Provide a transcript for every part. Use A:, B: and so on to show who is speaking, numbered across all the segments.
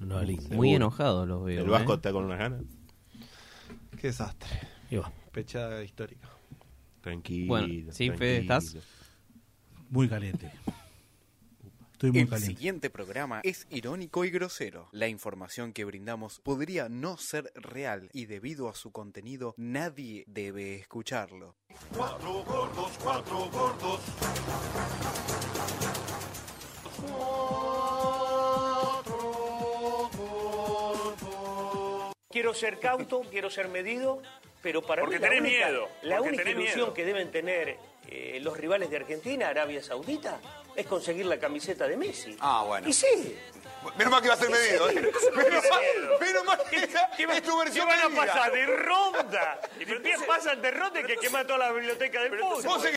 A: No, lindo.
B: Seguro.
C: Muy enojados los veo.
B: El Vasco
C: ¿eh?
B: está con unas ganas.
D: Qué desastre.
A: Y va.
D: Pechada histórica.
B: Tranquilo.
C: Bueno, sí,
B: tranquilo.
C: Fede, ¿estás?
A: Muy caliente. Estoy muy
E: El
A: caliente.
E: siguiente programa es irónico y grosero. La información que brindamos podría no ser real y debido a su contenido nadie debe escucharlo.
F: Quiero ser cauto, quiero ser medido, pero para
G: Porque
F: mí la
G: tenés
F: única-
G: miedo,
F: La
G: porque
F: única
G: tenés
F: ilusión
G: miedo.
F: que deben tener eh, los rivales de Argentina, Arabia Saudita, es conseguir la camiseta de Messi.
G: Ah, bueno.
F: Y sí.
G: Menos mal que va a ser medido. ¿eh? Menos mal, menos mal que esa es tu versión
F: van a
G: medida.
F: pasar de ronda? pasan de ronda que queman toda la biblioteca del
G: Vos seguís.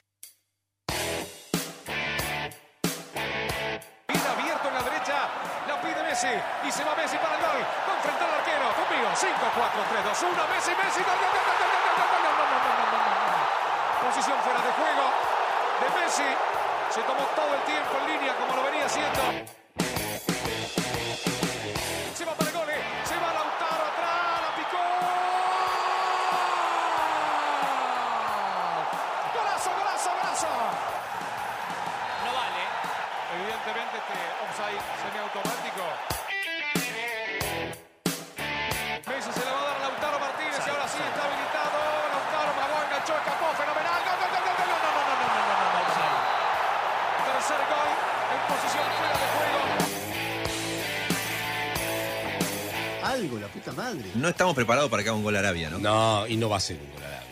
H: Bien abierto en la derecha, la pide Messi y se va Messi para el gol. Va a enfrentar al arquero, conmigo. 5, 4, 3, 2, 1. Messi, Messi, gol, gol, gol, gol, gol, gol, gol, gol, gol, gol, gol, gol, gol. Posición fuera de juego de Messi. Se tomó todo el tiempo en línea como lo venía haciendo. Se va para el gol, eh. se va Lautaro atrás, la picó. Golazo, golazo, golazo. No vale. Evidentemente este offside semiautomático. Messi se la va a dar a Lautaro Martínez y ahora sí está habilitado. Lautaro pagó, enganchó, escapó, fenomenal. Gol, gol, gol, gol, gol. No, no, no, no, no, no, no, no, offside. Tercer gol en posición fuera de juego.
I: Algo, la puta madre.
J: No estamos preparados para que haga un gol a Arabia, ¿no?
K: No, y no va a ser un gol a Arabia.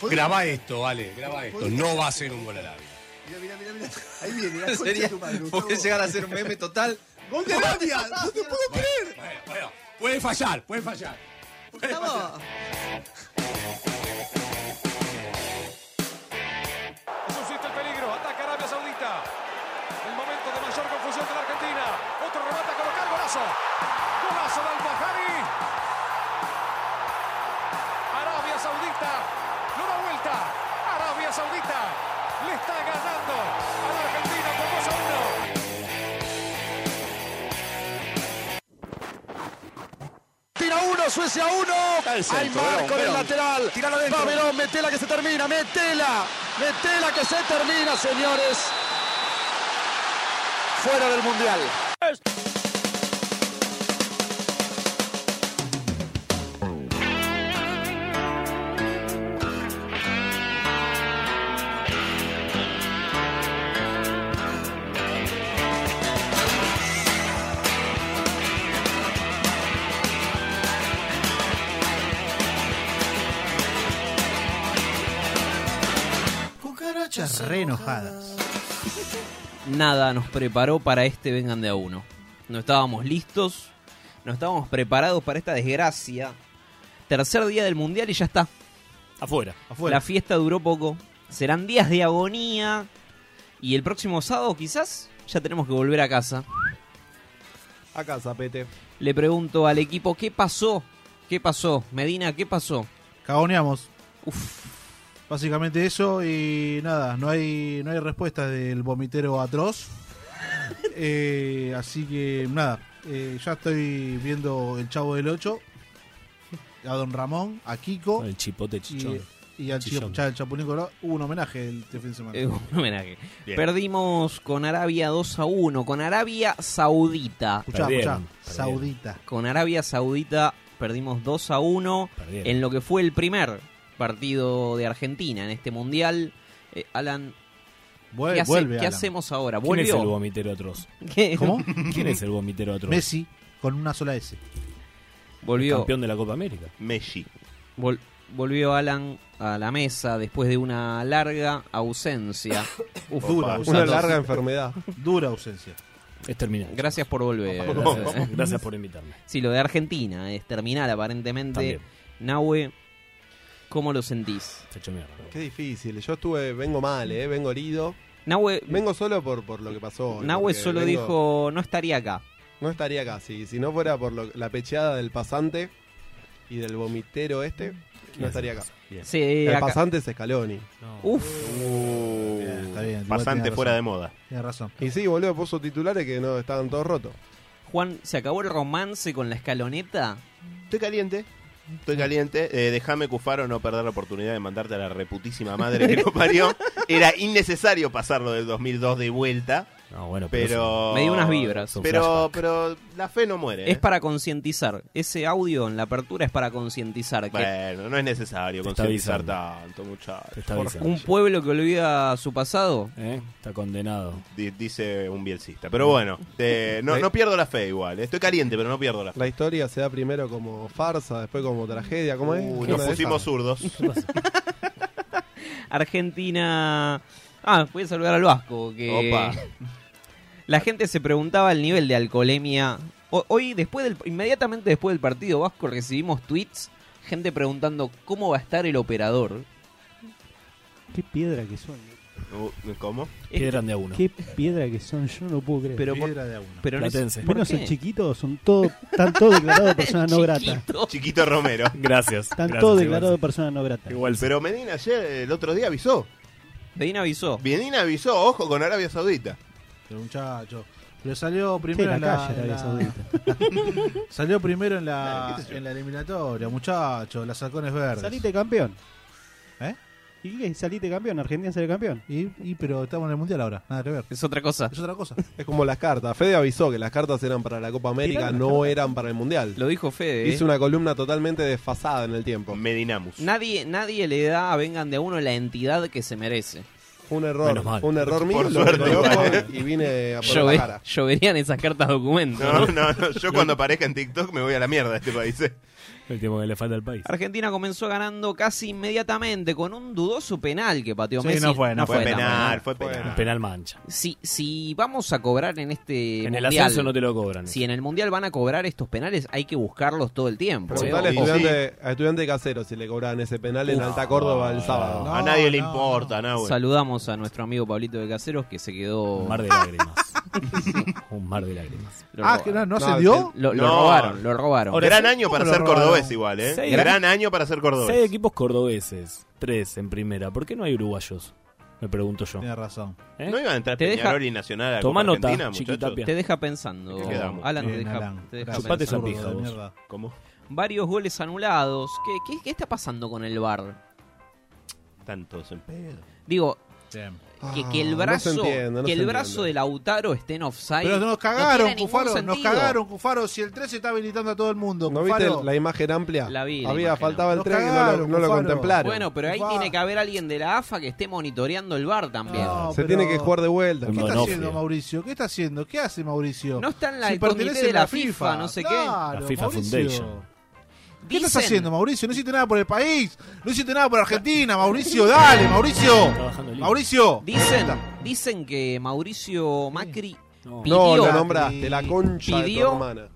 I: ¿Podés-
K: Graba esto, vale, graba esto.
I: ¿Podés-
K: No va a ser un gol a Arabia.
I: Mirá, mirá, mirá, mirá. Ahí viene, la concha de
J: Sería,
I: tu madre. Gustavo.
J: puede llegar a ser un meme total.
I: ¡Gol de Arabia! ¡No te puedo creer!
K: Bueno, bueno, puede fallar, puede fallar.
I: Gustavo.
H: Subsiste el peligro, ataca Arabia Saudita. El momento de mayor confusión de la Argentina. Otro remate a colocar, golazo. Golazo de Al-Bahari. Arabia Saudita lo da vuelta. Arabia Saudita le está ganando a la Argentina por 2 a 1.
D: Tira uno, Suecia uno. Hay marco en el lateral. Va Verón, metela que se termina, metela. Metela que se termina, señores. Fuera del mundial.
A: Cucarachas re enojadas.
C: Nada nos preparó para este Vengan de a uno. No estábamos listos, no estábamos preparados para esta desgracia. Tercer día del mundial y ya está.
A: Afuera,
C: La
A: afuera.
C: fiesta duró poco. Serán días de agonía. Y el próximo sábado quizás ya tenemos que volver a casa.
D: Acá, Zapete.
C: Le pregunto al equipo, ¿qué pasó? ¿Qué pasó? Medina, ¿qué pasó?
A: Cagoneamos.
C: Uf,
A: Básicamente eso y nada, no hay, no hay respuesta del vomitero atroz. Eh, así que nada, eh, ya estoy viendo el Chavo del 8, a Don Ramón, a Kiko
H: El chipote
A: y, y al
H: Chillón.
A: Chip- cha- el Chapulín Colorado. Hubo un homenaje el este fin de semana.
C: eh, un homenaje.
B: Bien.
C: Perdimos con Arabia 2 a 1, con Arabia Saudita.
A: Escuchá, escuchá,
H: Perdieron, perdieron.
A: Saudita.
C: Con Arabia Saudita perdimos 2 a 1 en lo que fue el primer partido de Argentina en este mundial. Eh, Alan,
A: Vuel-
C: ¿qué, hace-
A: vuelve,
C: qué
A: Alan.
C: hacemos ahora?
H: ¿Quién es el
C: ¿Volvió?
H: vomitero atroz?
C: ¿Qué?
A: ¿Cómo?
H: ¿Quién es el vomitero atroz?
A: Messi con una sola S.
C: Volvió.
H: Campeón de la Copa América.
B: Messi.
C: Vol- volvió Alan a la mesa después de una larga ausencia. Uf,
A: Dura,
B: Opa.
D: Una
A: ausencia.
D: larga enfermedad.
A: Dura ausencia.
H: Es terminal.
C: Gracias por volver.
H: Gracias, gracias por invitarme.
C: Sí, lo de Argentina es terminal aparentemente.
H: También.
C: Nahue, ¿cómo lo sentís?
H: Se echó mierda.
D: Qué difícil. Yo estuve, vengo mal, eh, vengo herido.
C: Nahue,
D: Vengo solo por, por lo que pasó. hoy,
C: Nahue
D: porque
C: solo
D: vengo-
C: dijo, no estaría acá.
D: No estaría acá, si, si no fuera por lo- la pecheada del pasante y del vomitero este, no estaría acá. Uh,
C: Se,
D: El
C: acá-
D: pasante Uh. es Scaloni.
C: Uf,
A: Bien, está bien, igual
B: Pasante
A: tenía
B: fuera
A: razón.
B: de moda.
A: Tienes razón.
D: Y sí, boludo, puso titulares que no estaban todos rotos.
C: Juan, ¿se acabó el romance con la escaloneta?
B: Estoy caliente. Estoy caliente. Eh, Déjame, Cufaro, no perder la oportunidad de mandarte a la reputísima madre que lo parió. Era innecesario pasarlo del 2002 de vuelta.
C: No, bueno,
B: pero.
C: pero- me dio unas vibras.
B: Pero, pero la fe no muere. ¿eh?
C: Es para concientizar. Ese audio en la apertura es para concientizar. que
B: Bueno, no es necesario
C: Te está
B: concientizar tanto, muchachos.
F: está ¿Eh?
B: Por-
F: avisando.
C: Un pueblo que olvida su pasado.
F: Está condenado.
B: di- dice un bielcista. Pero bueno, te- no, no pierdo la fe igual. ¿eh? Estoy caliente, pero no pierdo la fe.
D: La historia se da primero como farsa, después como tragedia, ¿cómo es?
B: Uy,
D: ¿Qué
B: nos
D: onda
B: pusimos
D: esa?
B: zurdos.
C: Argentina. Ah, voy a saludar al Vasco. Que
B: Opa.
C: La gente se preguntaba el nivel de alcoholemia. Ho- Hoy, después del, inmediatamente después del partido Vasco, recibimos tweets. Gente preguntando cómo va a estar el operador.
L: Qué piedra que son. eh.
B: Uh, ¿Cómo?
F: Piedran de a uno.
L: Qué piedra que son, yo no lo puedo creer.
C: Pero por- Piedra de a uno. pero no es-
F: Platense.
L: Bueno,
F: ¿por
L: son
F: qué?
L: chiquitos, son todo, están todos declarados personas no gratas.
B: Chiquito Romero.
F: Gracias.
L: Están todos declarados personas no gratas.
B: Pero Medina ayer, el otro día, avisó.
C: Medina avisó.
B: Medina avisó, ojo con Arabia Saudita.
A: Pero muchacho. Pero salió primero
B: la
A: en la,
B: calle,
A: en
B: Arabia
A: la- salió primero en
L: Claro,
A: la,
L: qué sé yo.
A: en la eliminatoria, muchacho, las halcones verdes.
L: Saliste campeón. ¿Eh? ¿Y qué? Saliste campeón, Argentina sale campeón.
A: Y, y pero estamos en el mundial ahora, nada que ver.
C: Es otra cosa.
A: Es otra cosa.
D: Es como las cartas. Fede avisó que las cartas eran para la Copa América,
A: Tiraron
D: no eran para el Mundial.
C: Lo dijo Fede.
D: Hizo
C: eh.
D: una columna totalmente desfasada en el tiempo.
B: Medinamus.
C: Nadie, nadie le da a Vengan de a uno la entidad que se merece.
D: Un error.
C: Menos mal.
D: Un error mío.
C: Por
D: lo
C: suerte,
D: reconozco
C: igual.
D: y vine a poner
C: Llove-
D: la cara.
C: lloverían esas cartas documentos.
B: ¿eh? No, no, no, yo cuando aparezca en TikTok me voy a la mierda de este país. eh.
F: El tiempo que le falta al país.
C: Argentina comenzó ganando casi inmediatamente con un dudoso penal que pateó
F: Sí,
C: Messi.
F: no fue, no fue.
C: tan
F: Penal,
C: bueno.
F: fue penal. Un penal mancha.
C: Si, si vamos a cobrar en este
F: En el
C: mundial,
F: ascenso no te lo cobran.
C: Si en el mundial van a cobrar estos penales, hay que buscarlos todo el tiempo.
D: Preguntale a
C: ¿eh? Ojo.
D: estudiante, a estudiante casero si le cobraban ese penal en
C: Uf.
D: Alta Córdoba el sábado.
C: No, A nadie le no,
B: importa,
C: Saludamos a nuestro amigo Pablito de Caseros que se quedó.
F: Un mar de lágrimas. un mar de lágrimas.
C: Lo
A: Ah,
C: robaron.
A: que no- no No, ascendió.
C: Lo, lo
B: No.
C: robaron, lo robaron.
F: Ahora,
B: Gran
F: ¿cómo
B: año para
F: lo
B: ser
F: robaron?
B: cordobés igual, ¿eh?
F: Seis-
B: Gran año para ser cordobés.
F: Seis equipos cordobeses. Tres en primera. ¿Por qué no hay uruguayos? Me pregunto yo.
A: Tienes razón.
F: ¿Eh?
B: ¿No iban a entrar
F: Te deja-
B: Peñarol y Nacional a la
F: Toma
B: Copa
F: nota,
B: Argentina, muchachos?
F: Chiquitapia.
C: Te deja pensando.
B: ¿Qué quedamos?
C: Alan, te
B: Bien,
C: deja,
B: Alan.
C: te deja
F: Chupate esa
C: pensando.
F: pija, vos.
B: ¿Cómo?
C: Varios goles anulados. ¿Qué, qué, qué está pasando con el VAR?
B: Tantos en pedo.
C: Digo,
A: Bien.
C: que, que el
A: Ah, no
C: brazo,
A: se entiende, no
C: que
A: se
C: el brazo
A: entiende.
C: de Lautaro esté en offside.
A: Pero nos
C: no
A: cagaron,
C: tiene ningún
A: Cufaro, nos
C: sentido.
A: cagaron, Cufaro. Si el 13 está habilitando a todo el mundo,
D: ¿No
A: Cufaro.
D: viste la imagen amplia?
C: La vi, la
D: Había
C: imagen
D: faltaba el
A: amplia.
D: tren que
A: Nos
D: no lo-
A: cagaron,
D: no lo,
A: Cufaro.
D: contemplaron.
C: Bueno, pero ahí tiene que haber alguien de la AFA que esté monitoreando el VAR también.
A: No,
D: Se
A: pero-
D: tiene que jugar de vuelta.
A: ¿Qué está haciendo Mauricio? ¿Qué está haciendo? ¿Qué hace Mauricio?
C: No está en la-
A: Si
C: el comité
A: pertenece
C: de
A: a
C: la FIFA, no sé qué.
A: Claro,
F: La FIFA
A: Mauricio.
F: Foundation.
A: ¿Qué estás
C: Dicen-
A: haciendo, Mauricio? No hiciste nada por el país. No hiciste nada por Argentina, Mauricio. Dale, Mauricio.
F: Trabajando lindo.
A: Mauricio.
C: Dicen, dicen que Mauricio Macri
D: No,
C: pidió,
D: lo nombraste, la concha de tu
C: pidió-
D: hermana.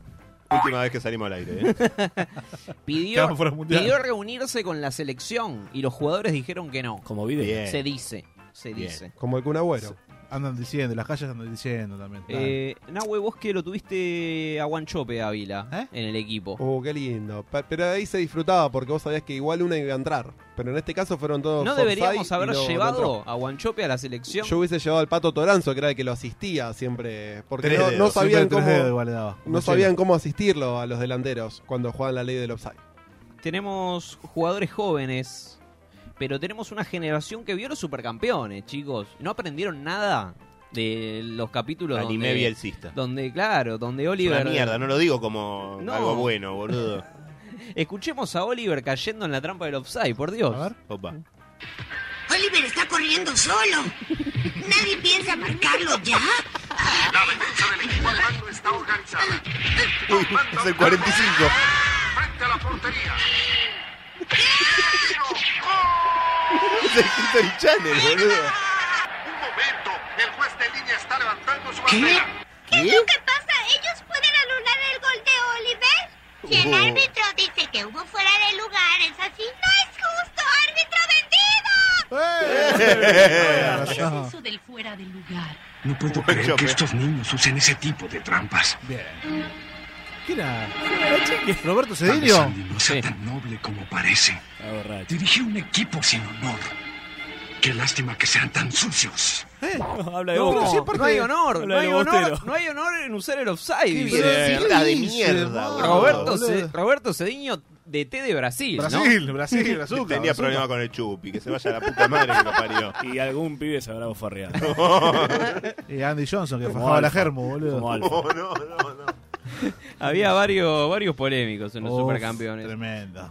B: Última vez que salimos al aire, ¿eh?
C: pidió,
B: Quedamos fuera del Mundial.
C: pidió reunirse con la selección y los jugadores dijeron que no.
F: Como
A: video.
B: Bien.
C: Se dice, se dice.
D: Como el Kun Agüero.
A: Andan diciendo, las calles andan diciendo también. Dale.
C: Eh, Nahue, vos que lo tuviste a Guanchope Ávila
A: ¿Eh?
C: en el equipo.
D: Oh, qué lindo. Pa- Pero ahí se disfrutaba porque vos sabías que igual una iba a entrar. Pero en este caso fueron todos.
C: ¿No
D: offside
C: deberíamos
D: y
C: haber
D: no- no
C: llevado
D: entró.
C: a Guanchope a la selección?
D: Yo hubiese llevado al pato Toranzo, que era el que lo asistía siempre. Porque
A: Tres
D: no,
A: dedos.
D: no sabían
A: Siempre tres
D: cómo.
A: dedos igual le daba.
D: No
A: Mochila.
D: sabían cómo asistirlo a los delanteros cuando juegan la ley del offside.
C: Tenemos jugadores jóvenes, pero tenemos una generación que vio los supercampeones, chicos. No aprendieron nada de los capítulos
B: Anime
C: donde,
B: bielcista.
C: Donde, claro, donde
B: Es una
C: Oliver...
B: mierda, no lo digo como
C: No.
B: algo bueno, boludo.
C: Escuchemos a Oliver cayendo en la trampa del offside, por Dios.
B: Opa.
I: Oliver está corriendo solo. ¿Nadie piensa marcarlo ya?
M: La defensa del equipo blanco está organizada.
B: Uy, es el 45.
M: Frente a la portería.
B: Es el History Channel, boludo.
M: Un momento. El juez de línea está levantando su bandera.
I: ¿Qué es lo que pasa? ¿Ellos pueden anular el gol de Oliver? Si el
M: Oh.
I: árbitro dice que hubo fuera de lugar, es así. ¡No es justo! ¡Árbitro
M: ¡Eh!
I: vendido!
M: Ah.
I: Eso del fuera de lugar.
M: No puedo creer que estos niños usen ese tipo de trampas.
A: ¿Quién era? ¿Roberto Cedillo?
M: Alessandri no sea tan noble como parece. Dirigir un equipo sin honor.
N: Qué lástima que sean tan sucios.
C: Habla
N: de Boca.
C: No hay honor,
N: Habla
C: no
N: de
C: hay honor,
N: Bostero.
C: no hay honor en usar el offside.
B: Qué verga de mierda, boludo.
C: Roberto,
B: Boludo.
C: Ce- Roberto Cediño de T de Brasil. ¿no?
B: Tenía problema con el chupi, que se vaya a la puta madre que lo parió.
F: Y algún pibe se habrá bufarreado.
A: Y Eh, Andy Johnson, que
F: Como
A: fajaba la
F: alfa.
A: Germo, boludo.
F: Como alfa.
B: No, no, no, no.
C: Había varios, varios polémicos en los
A: Uf,
C: supercampeones. Tremenda.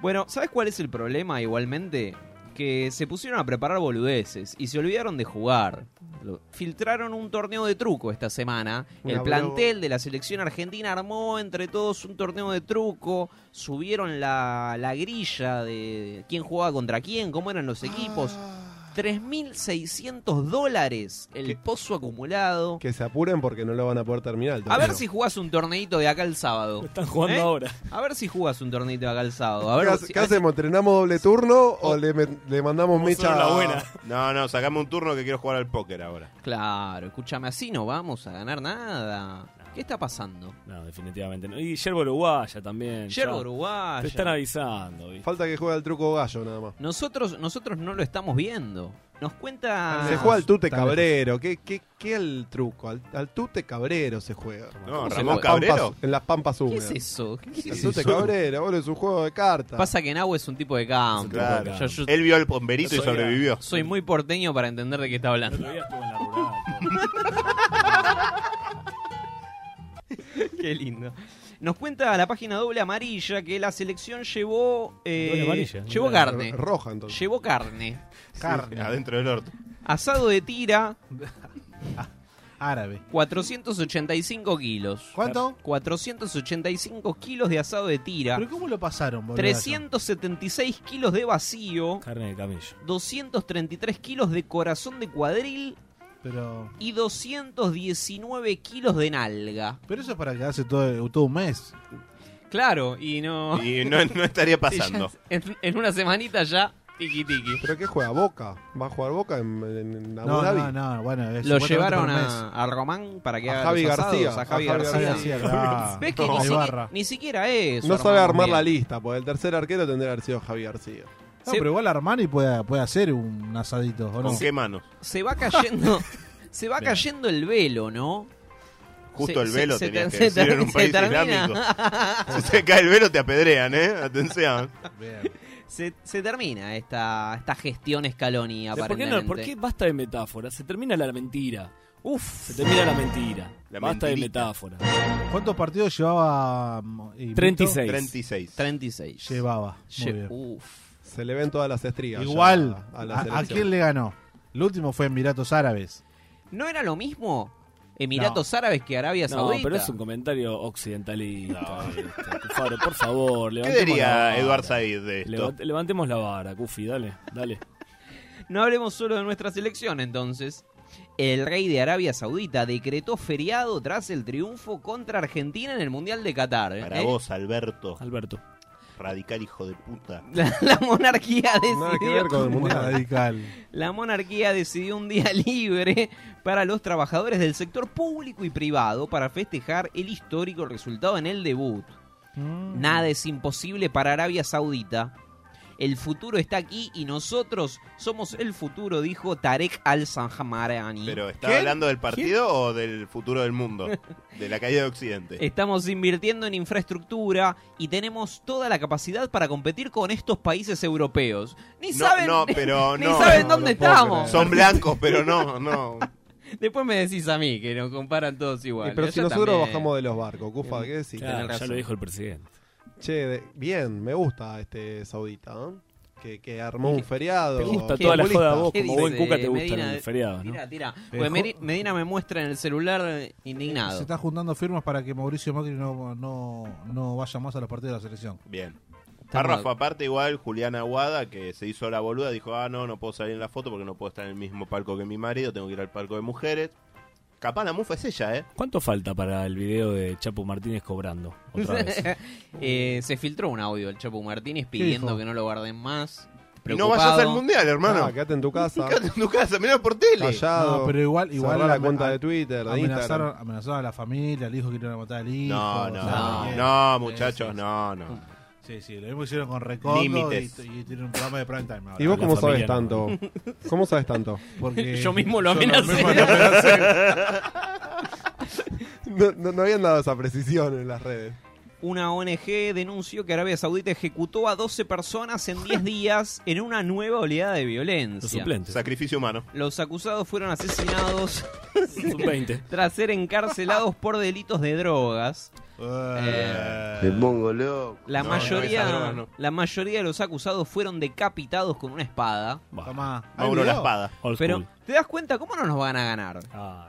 C: Bueno, ¿sabes cuál es el problema igualmente? Que se pusieron a preparar boludeces y se olvidaron de jugar. Lo- Filtraron un torneo de truco esta semana.
O: Una
C: el
O: bravo.
C: plantel de la selección argentina armó entre todos un torneo de truco. Subieron la, la grilla de quién jugaba contra quién, cómo eran los equipos. 3.600 dólares el pozo acumulado.
D: Que se apuren porque no lo van a poder terminar. el
C: A ver
D: torneo.
C: si jugás un torneito de acá el sábado. Están
D: jugando ahora.
C: A ver si jugás un torneito de acá el sábado. A
D: ¿Qué,
C: ver
D: hace-
C: si-
D: qué hacemos? ¿Entrenamos doble turno o le, me- le mandamos mecha a-
B: No, no, sacame un turno que quiero jugar al póker ahora.
C: Claro, escúchame, así no vamos a ganar nada. ¿Qué está pasando?
F: No, definitivamente no. Y Yerba Uruguaya también.
C: Yerba
F: ya.
C: uruguaya.
F: Te están avisando, ¿viste?
D: Falta que juegue al truco gallo nada más.
C: Nosotros, nosotros no lo estamos viendo. Nos cuenta.
D: se juega al tute cabrero. ¿Qué, qué, qué el truco? Al, al tute cabrero se juega.
B: No,
D: En
B: Ramón
D: las pampas-
B: Cabrero.
D: en las pampas
C: ¿Qué
D: húmedas.
C: es eso? ¿Qué es
D: El
C: eso?
D: tute cabrero, boludo, es un juego de cartas.
C: Pasa que Nahue es un tipo de campo.
B: Claro. Él vio al pomberito y
C: soy-
B: sobrevivió.
C: Soy muy porteño para entender de qué está hablando. Qué lindo. Nos cuenta la página doble amarilla que la selección llevó. eh,
F: Doble amarilla.
C: Llevó
F: Doble
C: carne.
F: ro- roja, entonces.
C: Llevó carne.
B: Carne. Adentro del orto.
C: Asado de tira,
A: Árabe.
C: 485 kilos.
A: ¿Cuánto?
C: 485 kilos de asado de tira.
A: ¿Pero cómo lo pasaron, boludo?
C: 376 kilos de vacío.
F: Carne de camello.
C: 233 kilos de corazón de cuadril
A: Pero,
C: y 219 kilos de nalga.
A: pero eso es para quedarse todo, todo un mes.
C: Claro, y no.
A: Y no- no estaría pasando.
C: Sí, ya- en, en una semanita ya, tiki tiki.
D: ¿Pero qué juega? ¿Boca? ¿Va a jugar Boca en, en, en Abu
A: No,
D: Dhabi?
A: no, no, bueno, es
C: Lo
A: supuestamente
C: llevaron
A: por
C: a,
A: mes.
C: a Román para que
D: A
C: haga
D: Javi
C: los asados,
D: García,
C: a Javi García.
D: claro.
C: ¿Ves que
D: No.
C: ni,
D: Ahí
C: siqui-
D: barra.
C: ni siquiera es?
D: No sabe
C: armamos
D: armar la
C: bien.
D: lista, porque el tercer arquero tendría que haber sido Javi García.
A: No, pero igual Armani puede, puede hacer un asadito, ¿o no?
B: manos?
C: Se va cayendo, se va cayendo el velo, ¿no?
B: Justo
C: Se-
B: el
C: se-
B: velo
C: se
B: tenías
C: ter-
B: que
C: se
B: decir en un
C: ter-
B: país
C: se termina.
B: islámico. Si se cae el velo te apedrean, ¿eh? Atención.
C: Se, se termina esta, esta gestión Scaloni
F: ¿Por qué,
C: aparentemente.
F: no? ¿Por qué basta de metáforas? Se termina la mentira. Uf. Se termina la mentira.
C: La
F: basta de
C: mentirita.
F: metáforas.
A: ¿Cuántos partidos llevaba? mm, invicto?
B: 36.
C: 36.
A: Llevaba. Muy
D: Lle-
A: bien.
D: Se le ven todas las estrías. ya
A: Igual,
D: a, la
A: a- a,
D: selección.
A: quién le ganó? El último fue Emiratos Árabes.
C: ¿No era lo mismo Emiratos Árabes que Arabia
F: No,
C: Saudita?
F: pero es un comentario occidentalista. este, Cufaro, por favor, levantemos
B: diría
F: la vara.
B: Eduard Said de esto?
F: Levant- levantemos la vara, Cufi, dale, dale.
C: No hablemos solo de nuestra selección entonces. El rey de Arabia Saudita decretó feriado tras el triunfo contra Argentina en el Mundial de Qatar. ¿eh?
B: Para vos, Alberto.
F: Alberto.
B: Radical hijo de puta.
C: La, la monarquía decidió...
B: Nada que ver con el Mundial.
A: Radical.
C: La monarquía decidió un día libre para los trabajadores del sector público y privado para festejar el histórico resultado en el debut.
D: Mm.
C: Nada es imposible para Arabia Saudita. El futuro está aquí y nosotros somos el futuro, dijo Tarek Al-Sanjamarani.
B: Pero ¿estaba hablando del partido o del futuro del mundo? De la caída de Occidente.
C: Estamos invirtiendo en infraestructura y tenemos toda la capacidad para competir con estos países europeos. Ni
B: No,
C: saben,
B: no, pero
C: ni
B: no.
C: saben
B: No,
C: dónde
B: no puedo
C: estamos.
B: creer. Son blancos, pero no, no.
C: Después me decís a mí que nos comparan todos igual.
D: Y pero
C: Yo
D: si nosotros
C: también.
D: bajamos de los barcos, Cufa, ¿qué decís?
C: Claro, Tenés ya razón. lo dijo
F: el presidente.
D: Che, de- bien, me gusta este saudita, ¿no? Que, que armó un feriado.
F: te gusta toda la
D: futbolista.
F: joda a vos,
C: ¿Qué
F: como buen
C: dice
F: cuca te gustan
C: Medina?
F: los feriados, ¿no?
C: Tira, tira.
A: Eh,
C: Porque
A: jo-
C: Meri- Medina me muestra en el celular eh, indignado.
A: Se está juntando firmas para que Mauricio Macri no, no, no vaya más a los partidos de la selección.
B: Bien.
A: Está
B: Párrafo
A: mal.
B: aparte, igual Juliana Aguada, que se hizo la boluda, dijo: Ah, no, no puedo salir en la foto porque no puedo estar en el mismo palco que mi marido, tengo que ir al palco de mujeres. Capaz la mufa es ella, ¿eh?
F: ¿Cuánto falta para el video de Chapo Martínez cobrando? Otra vez.
C: Eh, se filtró un audio del Chapu Martínez pidiendo
F: dijo?
C: que no lo guarden más.
B: Y no vayas al
C: preocupado.
B: mundial, hermano.
D: Ah, quédate en tu casa.
B: Quédate en tu casa, mirá por tele.
D: Callado.
A: No, pero igual, igual
D: Cerrá la
A: ame-
D: cuenta
A: a-
D: de Twitter, de
A: amenazaron,
D: Instagram.
A: amenazaron a la familia, al hijo que le iban a matar al hijo.
B: No, no,
A: o sea,
B: no,
A: bien.
B: no, muchachos, no, no.
A: Sí, sí, lo mismo hicieron con Recondo
B: Límites.
A: y, y tienen un programa de prime time. ahora.
D: ¿Y vos cómo sabes tanto? ¿Cómo sabes tanto?
A: Porque
C: Yo mismo
A: yo
C: lo
A: lo
C: amenacé.
A: mismo lo amenacé.
D: No, no- no habían dado esa precisión en las redes.
C: Una ONG denunció que Arabia Saudita ejecutó a 12 personas en 10 días en una nueva oleada de violencia.
B: Sacrificio humano.
C: Los acusados fueron asesinados
F: Son 20.
C: tras ser encarcelados por delitos de drogas. Eh,
B: Me pongo loco.
C: la,
B: No, no,
C: mayoría,
B: esa droga no.
C: la mayoría de los acusados fueron decapitados con una espada.
A: Tomá.
B: Mauro, la espada.
C: Pero, ¿te das cuenta cómo no nos van a ganar?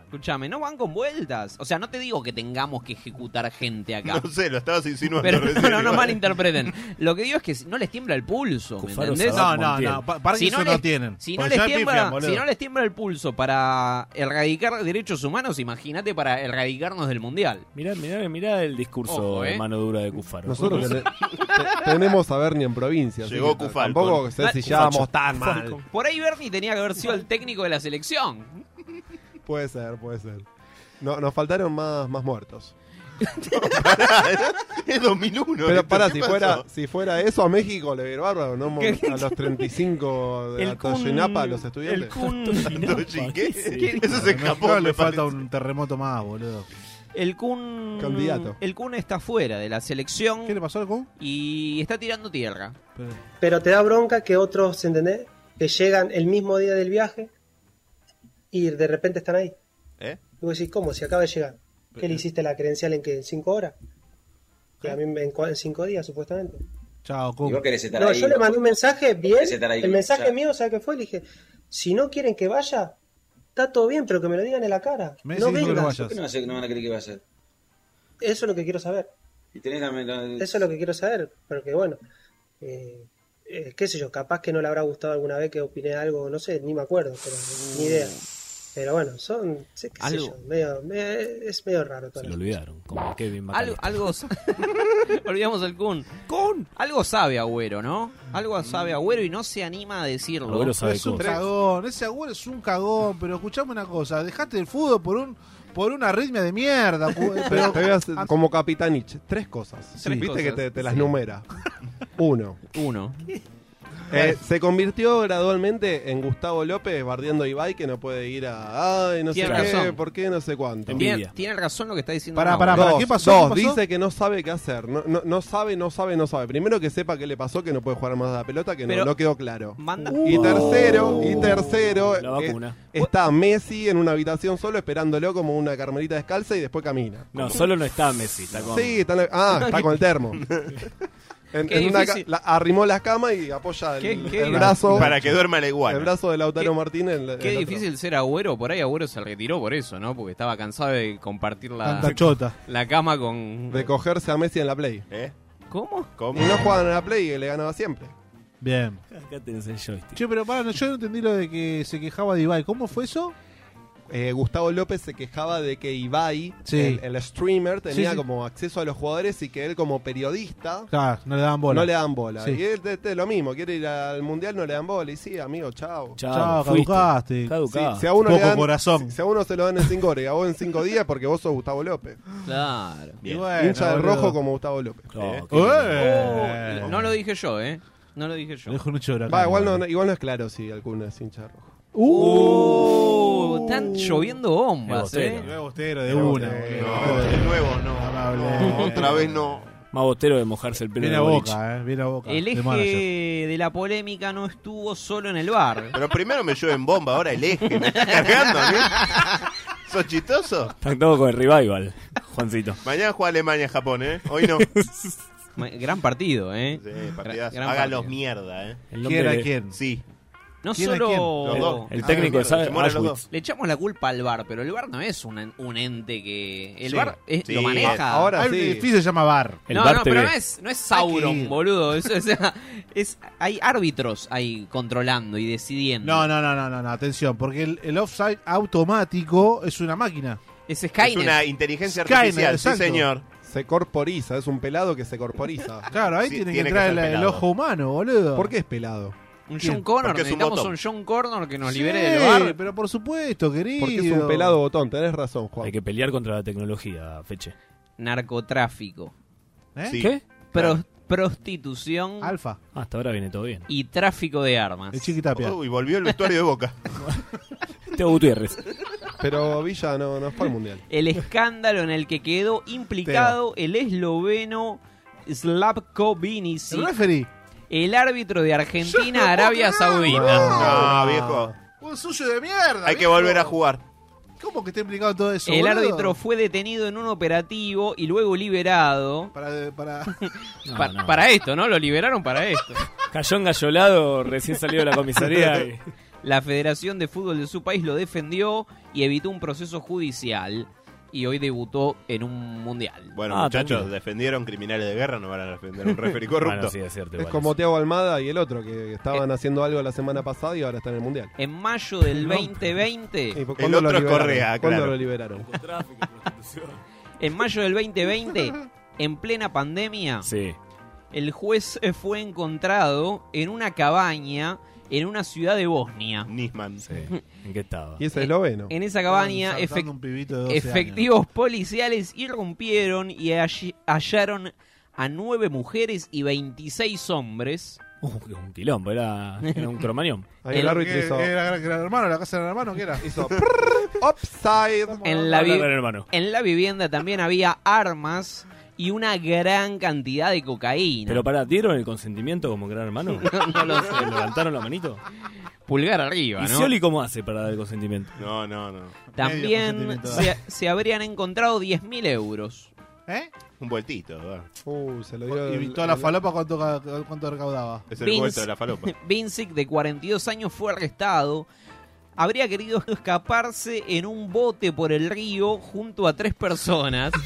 C: Escúchame, no van con vueltas. O sea, no te digo que tengamos que ejecutar gente acá.
B: No sé, lo estabas insinuando.
C: Pero
B: recién,
C: no, no, no
B: igual.
C: malinterpreten. Lo que digo es que si no les tiembla el pulso, ¿me
A: Cufaro
C: entendés?
A: Sadat No, no, Montiel. no, pa- para que eso no
C: les-
A: tienen.
C: Si no,
A: Porque
C: les
A: ya
C: tiembla,
A: pifian, boludo.
C: si no les tiembla el pulso para erradicar derechos humanos, imagínate para erradicarnos del mundial.
F: Mirá, mirá, mirá el discurso
C: Ojo, ¿eh?
F: de mano dura de Cufaro.
D: Nosotros tene- te- tenemos a Bernie en provincia. así
F: Llegó
D: que
F: Cufalcon.
D: Tampoco sé si
F: Ah,
D: llevamos
F: Cufalcon.
D: tan mal.
F: Cufalcon.
C: Por ahí Bernie tenía que haber sido el técnico de la selección.
D: Puede ser, puede ser. No, nos faltaron más, más muertos.
B: es 2001.
D: Pero
B: esto,
D: pará,
B: ¿qué
D: si
B: pasó?
D: fuera, si fuera eso a México le vería bárbaro, ¿no?
B: ¿Qué?
D: A los 35 de
F: El
D: la
F: Kun-
D: Toyenapa, los estudiantes.
F: el Kun- Toyenapa, ¿qué?
A: Sí,
F: Eso es
A: a
F: en
A: México
F: Japón,
A: le
F: me
A: falta un terremoto más, boludo.
C: El Kun.
A: Candidato.
C: El Kun está fuera de la selección. ¿Qué le
A: pasó al Kun?
C: Y está tirando tierra.
O: Pero te da bronca que otros, ¿entendés? Que llegan el mismo día del viaje y de repente están ahí.
B: ¿Eh?
O: Y vos decís, ¿cómo? Si acaba de llegar. ¿Qué le hiciste la credencial en que ¿En cinco horas? Que a mí me- en, cua- en cinco días, supuestamente.
A: Chao, Kun.
O: Y vos no, yo le mandé un mensaje bien.
A: Querés estar ahí,
O: el mensaje
A: ya.
O: mío, ¿sabes qué fue? Le dije, si no quieren que vaya, está todo bien, pero que me lo digan en la cara.
A: Messi
O: no
A: dijo que
O: vengas.
A: no
P: ¿Por qué no, hace- no van a creer que va a ser?
O: Eso es lo que quiero saber.
P: Y tenés la- la-
O: Eso es lo que quiero saber, porque bueno, eh, eh, qué sé yo, capaz que no le habrá gustado alguna vez que opiné algo, no sé, ni me acuerdo, pero ni idea. Pero bueno, son, sé, qué sé
F: Mm. Algo.
O: yo, medio- me- es medio raro todo.
F: Se lo olvidaron, como Kevin
C: Algo,
F: McAllister.
C: algo olvidamos el Kun. Kun. Algo sabe Agüero, ¿no? Algo sabe Agüero y no se anima a decirlo.
A: es un cagón, ese agüero es un cagón, pero escuchame una cosa, dejate el fútbol por un por una arritmia de mierda, ju-
D: Te-
A: pero
D: te voy a hacer- como Capitanich, tres cosas.
A: Tres
D: Viste
A: cosas,
D: que te, te las
A: sí.
D: numera. Uno.
C: Uno.
D: Eh, se convirtió gradualmente en Gustavo López bardeando a Ibai que no puede ir a. Ay, no sé
C: Tiene
D: qué,
C: razón.
D: por qué, no sé cuánto.
C: Tiene, tiene razón lo que está diciendo.
D: Para,
C: Mauro.
D: para, ¿qué pasó? Dos, dice que no sabe qué hacer. No, no, no sabe, no sabe, no sabe. Primero que sepa qué le pasó, que no puede jugar más a la pelota, que no-
C: Pero-
D: no, quedó claro.
C: Manda-
D: Y tercero, y
F: Uh,
D: tercero,
F: la
D: eh,
F: vacuna.
D: está Messi en una habitación solo esperándolo como una carmelita descalza y después camina.
F: No, solo no está Messi, está con...
D: Sí, está en la- ah, está con el termo. En,
F: Qué
D: en una ca-
F: difícil.
D: la- arrimó las camas y apoya el,
C: Qué- qué
D: el
C: difícil.
D: brazo.
B: Para que duerma la iguana.
D: El brazo de Lautaro Martínez. en la-
C: Qué
D: en otro.
C: difícil ser Agüero. Por ahí Agüero se retiró por eso, ¿no? Porque estaba cansado de compartir la,
D: Tanta chota.
C: la cama con.
D: De cogerse a Messi en la play.
F: ¿Eh?
C: ¿Cómo?
D: Y no jugaban en la play y le ganaba siempre.
A: Bien.
F: Acá tenés el joystick.
A: Che, pero para, no, yo no entendí lo de que se quejaba de Ibai, ¿cómo fue eso?
D: Eh, Gustavo López se quejaba de que Ibai,
A: Sí.
D: el, el streamer, tenía
A: Sí, sí.
D: como acceso a los jugadores y que él como periodista
A: Ah, no le daban bola.
D: no le dan bola.
A: Sí.
D: Y él este, lo mismo, quiere ir al mundial, no le dan bola. Y sí, amigo, chao.
A: Chao, caducaste.
D: Sí, si a uno
A: Poco
D: le dan-
A: corazón.
D: si- si a uno se lo dan en 5 horas y a vos en 5 días porque vos sos Gustavo López.
C: Claro.
A: Y bueno,
D: hincha del
A: boludo.
D: rojo como Gustavo López.
A: Eh.
D: qué lindo.
A: Eh.
C: Oh, no lo dije yo, ¿eh? No lo dije yo.
A: Dejo un hecho de
D: Va, igual no, no- igual no es claro si alguno es hincha de rojo.
C: Uh, están lloviendo bombas,
F: Bostero.
C: ¿eh?
A: Nuevo Bostero de
F: Nuevo
A: una.
F: Bostero. No,
A: boludo.
F: de
B: nuevo no. No, otra vez no.
F: Más botero de mojarse el pelo de
A: Viene a
F: Boric.
A: boca, eh, viene a boca.
C: El
A: de manager.
C: eje de la polémica no estuvo solo en el bar.
B: Pero primero me llueve en bomba, ahora el eje. ¿Me estás cargando a mí? ¿Sos chistoso?
F: Están todos con el revival, Juancito.
B: Mañana juega Alemania-Japón, ¿eh? Hoy no.
C: Ma- Gran partido, ¿eh?
B: Sí, partidazo.
C: Gran
B: Hágalos
C: partido.
B: mierda, ¿eh?
F: El nombre ¿Quién a de- quién?
B: Sí.
C: No
B: ¿Quién a
C: solo
B: quién? Los dos. Ah,
F: El técnico de Sa-
B: Se mueren los
F: Auschwitz.
C: le echamos la culpa al bar, pero el bar no es un, un ente que. El
B: Sí.
C: bar es-
B: Sí.
C: lo maneja.
A: Hay un edificio que se llama Bar.
C: no, no, pero no es, no es
A: Hay que
C: Sauron,
A: ir.
C: boludo. Es, o sea, es- hay árbitros ahí controlando y decidiendo.
A: No, no, no, no, no, no, atención, porque el, el offside automático es una máquina.
C: Es
B: Es
C: Skynet.
B: una inteligencia
A: Skynet,
B: artificial, sí,
A: exacto.
B: señor.
D: Se corporiza, es un pelado que se corporiza.
A: Claro, ahí
D: Sí,
A: tiene,
D: tiene que
A: que entrar
D: ser
A: el, el
D: pelado.
A: ojo humano, boludo.
D: ¿Por qué es pelado?
C: Un
A: ¿Quién?
C: John Connor,
D: Porque es un
C: necesitamos
D: botón.
C: un John Connor que nos
A: Sí,
C: libere del bar.
A: pero por supuesto, querido.
D: Porque es un pelado botón, tenés razón, Juan.
F: Hay que pelear contra la tecnología, Feche.
C: Narcotráfico.
A: ¿Eh?
F: ¿Qué?
C: Pero, prostitución.
A: Alfa.
F: Hasta ahora viene todo bien.
C: Y tráfico de armas.
A: El chiquitapia.
B: Uy, volvió el vestuario de Boca.
F: Teo Gutiérrez.
D: Pero Villa no, no fue al mundial.
C: El escándalo en el que quedó implicado el esloveno Slavko Vinicic.
A: El referee.
C: El árbitro de
A: Yo no
C: Argentina, Arabia
A: puedo creer.
C: Saudita. Ah,
B: No, viejo.
A: Un suyo de mierda.
B: Hay que
A: viejo.
B: volver a jugar.
A: ¿Cómo que está implicado todo eso?
C: El
A: boludo?
C: árbitro fue detenido en un operativo y luego liberado.
A: Para, para...
C: Pa-
F: no.
C: para esto, ¿no? Lo liberaron para esto.
F: Cayó engallolado, recién salido de la comisaría. y-
C: La Federación de Fútbol de su país lo defendió y evitó un proceso judicial. Y hoy debutó en un mundial.
B: Bueno,
D: Ah,
B: muchachos,
D: tranquilo.
B: defendieron criminales de guerra, no van a defender un referee corrupto.
F: Bueno, sí, es cierto,
D: Es como Teo Almada y el otro, que estaban haciendo algo la semana pasada y ahora están en el mundial.
C: En mayo del 2020.
D: Y pues, ¿cuándo lo liberaron? ¿Cuándo lo liberaron?
C: En mayo del 2020, en plena pandemia, el juez fue encontrado en una cabaña en una ciudad de Bosnia.
B: Nisman.
F: ¿En qué estaba?
D: Y ese esloveno.
C: En esa cabaña,
A: Estaban ensartando
C: efec-
A: un pibito de 12 años.
C: efectivos policiales irrumpieron y allí- hallaron a nueve mujeres y 26 hombres.
F: Uh, qué un quilombo, era, era un cromañón.
A: Ahí el árbitro hizo- ¿Qué era, que era el hermano, la casa del hermano, ¿qué era?
D: Hizo upside.
C: En la, vi-
F: Hablar del hermano.
C: en la vivienda también había armas y una gran cantidad de cocaína.
F: Pero pará, ¿dieron el consentimiento como gran hermano?
C: No, no lo sé.
F: ¿Levantaron la manito?
C: Pulgar arriba,
F: ¿Y
C: ¿no?
F: Scioli cómo hace para dar el consentimiento?
B: No, no, no.
C: También
B: Medio
C: se,
B: consentimiento.
C: se habrían encontrado 10.000 euros.
B: Un vueltito, ¿verdad?
D: Uh, se lo dio.
A: Y
D: el-
A: toda la
D: el-
A: falopa, ¿cuánto, ca- cuánto recaudaba?
B: Es el vuelto de la falopa.
C: Vincic, de 42 años, fue arrestado. Habría querido escaparse en un bote por el río junto a tres personas.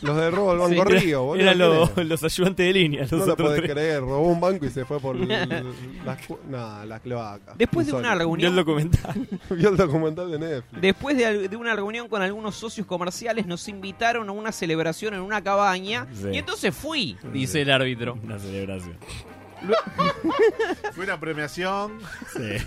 D: Los de robo al Banco
F: Era-
D: Río, boludo.
F: Eran los,
D: ¿quién
F: los ayudantes de línea. Los
D: era? No lo
F: otros
D: podés
F: tres.
D: creer, robó un banco y se fue por l- las, cu- nah, las cloacas.
C: Después de
D: Insólito.
C: una reunión- Vio el
F: documental.
D: Vio el documental de Netflix.
C: Después de, al- de una reunión con algunos socios comerciales, nos invitaron a una celebración en una cabaña.
F: Sí.
C: Y entonces fui, dice el árbitro.
F: Una celebración.
A: Fue una premiación.
F: Sí.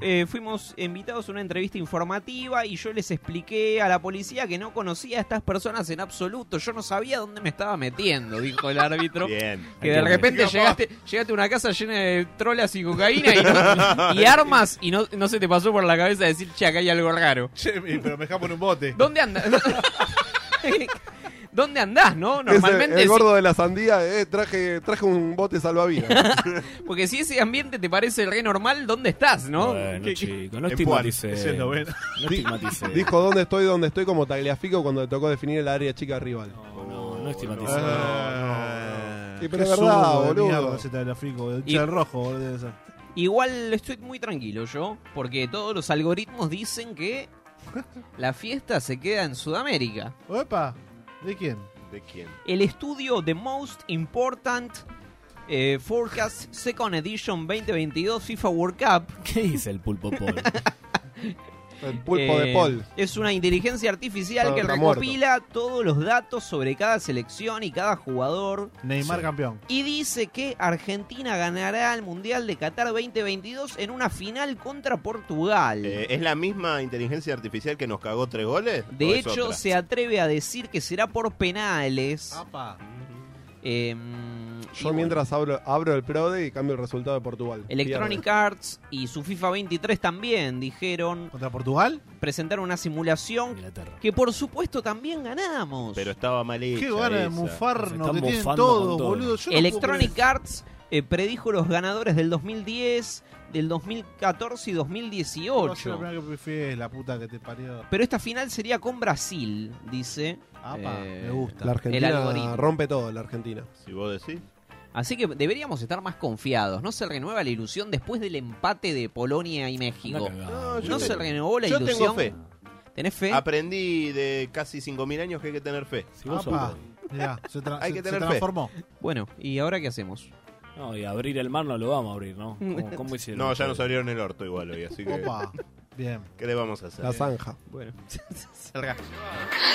C: Eh, fuimos invitados a una entrevista informativa y yo les expliqué a la policía que no conocía a estas personas en absoluto. Yo no sabía dónde me estaba metiendo, dijo el árbitro.
B: Bien.
C: Que de repente llegaste, llegaste a una casa llena de trolas y cocaína y, no- y armas y no, no se te pasó por la cabeza decir, che, acá hay algo raro.
A: Che, mi- pero me escapo en un bote.
C: ¿Dónde andas? ¿Dónde andás, no?
D: Ese-
C: Normalmente
D: el
C: si-
D: gordo de la sandía, eh, traje, traje un bote salvavidas.
C: Porque si ese ambiente te parece re normal, ¿dónde estás, no?
F: Bueno,
C: ¿Qué- qué-
F: chico, no
D: En
F: estigmaticé.
D: Puan, ese es lo bueno.
F: No estigmaticé.
D: Dijo dónde estoy, dónde estoy, como Tagliafico cuando le tocó definir el área chica rival. Ah.
F: No, no estigmaticé.
C: Eh,
D: Sí, pero es verdad, boludo.
A: Se te la frico, el
C: Y-
A: chal rojo, boludo. debe ser.
C: Igual estoy muy tranquilo yo, porque todos los algoritmos dicen que la fiesta se queda en Sudamérica.
A: Opa, ¿de quién?
B: ¿De quién?
C: El estudio The Most Important eh, Forecast Second Edition 2022 FIFA World Cup.
F: ¿Qué dice el pulpo Paul?
D: El pulpo de
C: Eh,
D: Paul.
C: Es una inteligencia artificial
D: Está-
C: que
D: está muerto.
C: recopila todos los datos sobre cada selección y cada jugador.
A: Neymar campeón.
C: Y dice que Argentina ganará el Mundial de Qatar 2022 en una final contra Portugal.
B: Eh, ¿Es la misma inteligencia artificial que nos cagó tres goles? ¿O
C: De
B: es
C: hecho,
B: otra?
C: se atreve a decir que será por penales. Eh,
B: Ah.
D: Yo mientras abro, abro el PRODE y cambio el resultado de Portugal.
C: Electronic Arts y su FIFA 23 también dijeron.
A: ¿Contra Portugal?
C: Presentaron una simulación que, por supuesto, también ganamos.
B: Pero estaba mal hecha.
A: Qué ganas de
B: esa.
A: mufarnos que tienen todos, boludo. Yo no
C: Electronic Arts eh, predijo los ganadores del 2010, del 2014 y
A: puedo creer. Va a ser
C: 2018.
A: la primera que pifié, la puta que te parió.
C: Pero esta final sería con Brasil, dice.
A: Apa,
C: eh,
A: me gusta.
D: La
C: el
D: Argentina
C: algoritmo.
D: rompe todo, la Argentina.
B: Si vos decís.
C: Así que deberíamos estar más confiados. No se renueva la ilusión después del empate de Polonia y México. No,
B: yo
C: se
B: tengo-
C: renovó la
B: yo
C: ilusión.
B: tengo fe.
C: ¿Tenés fe?
B: Aprendí de casi 5.000 años que hay que tener fe.
A: vos Apa. sos- Mirá, se tra-
B: Hay
A: se-
B: que
A: se
B: tener fe.
A: transformó.
C: Bueno, ¿y ahora qué hacemos? Mm.
F: No, y abrir el mar no lo vamos a abrir, ¿no? ¿Cómo, cómo hicieron?
B: No, ya nos abrieron el orto igual hoy, así que.
A: Opa, bien.
B: ¿Qué le vamos a hacer?
D: La zanja.
C: Bueno.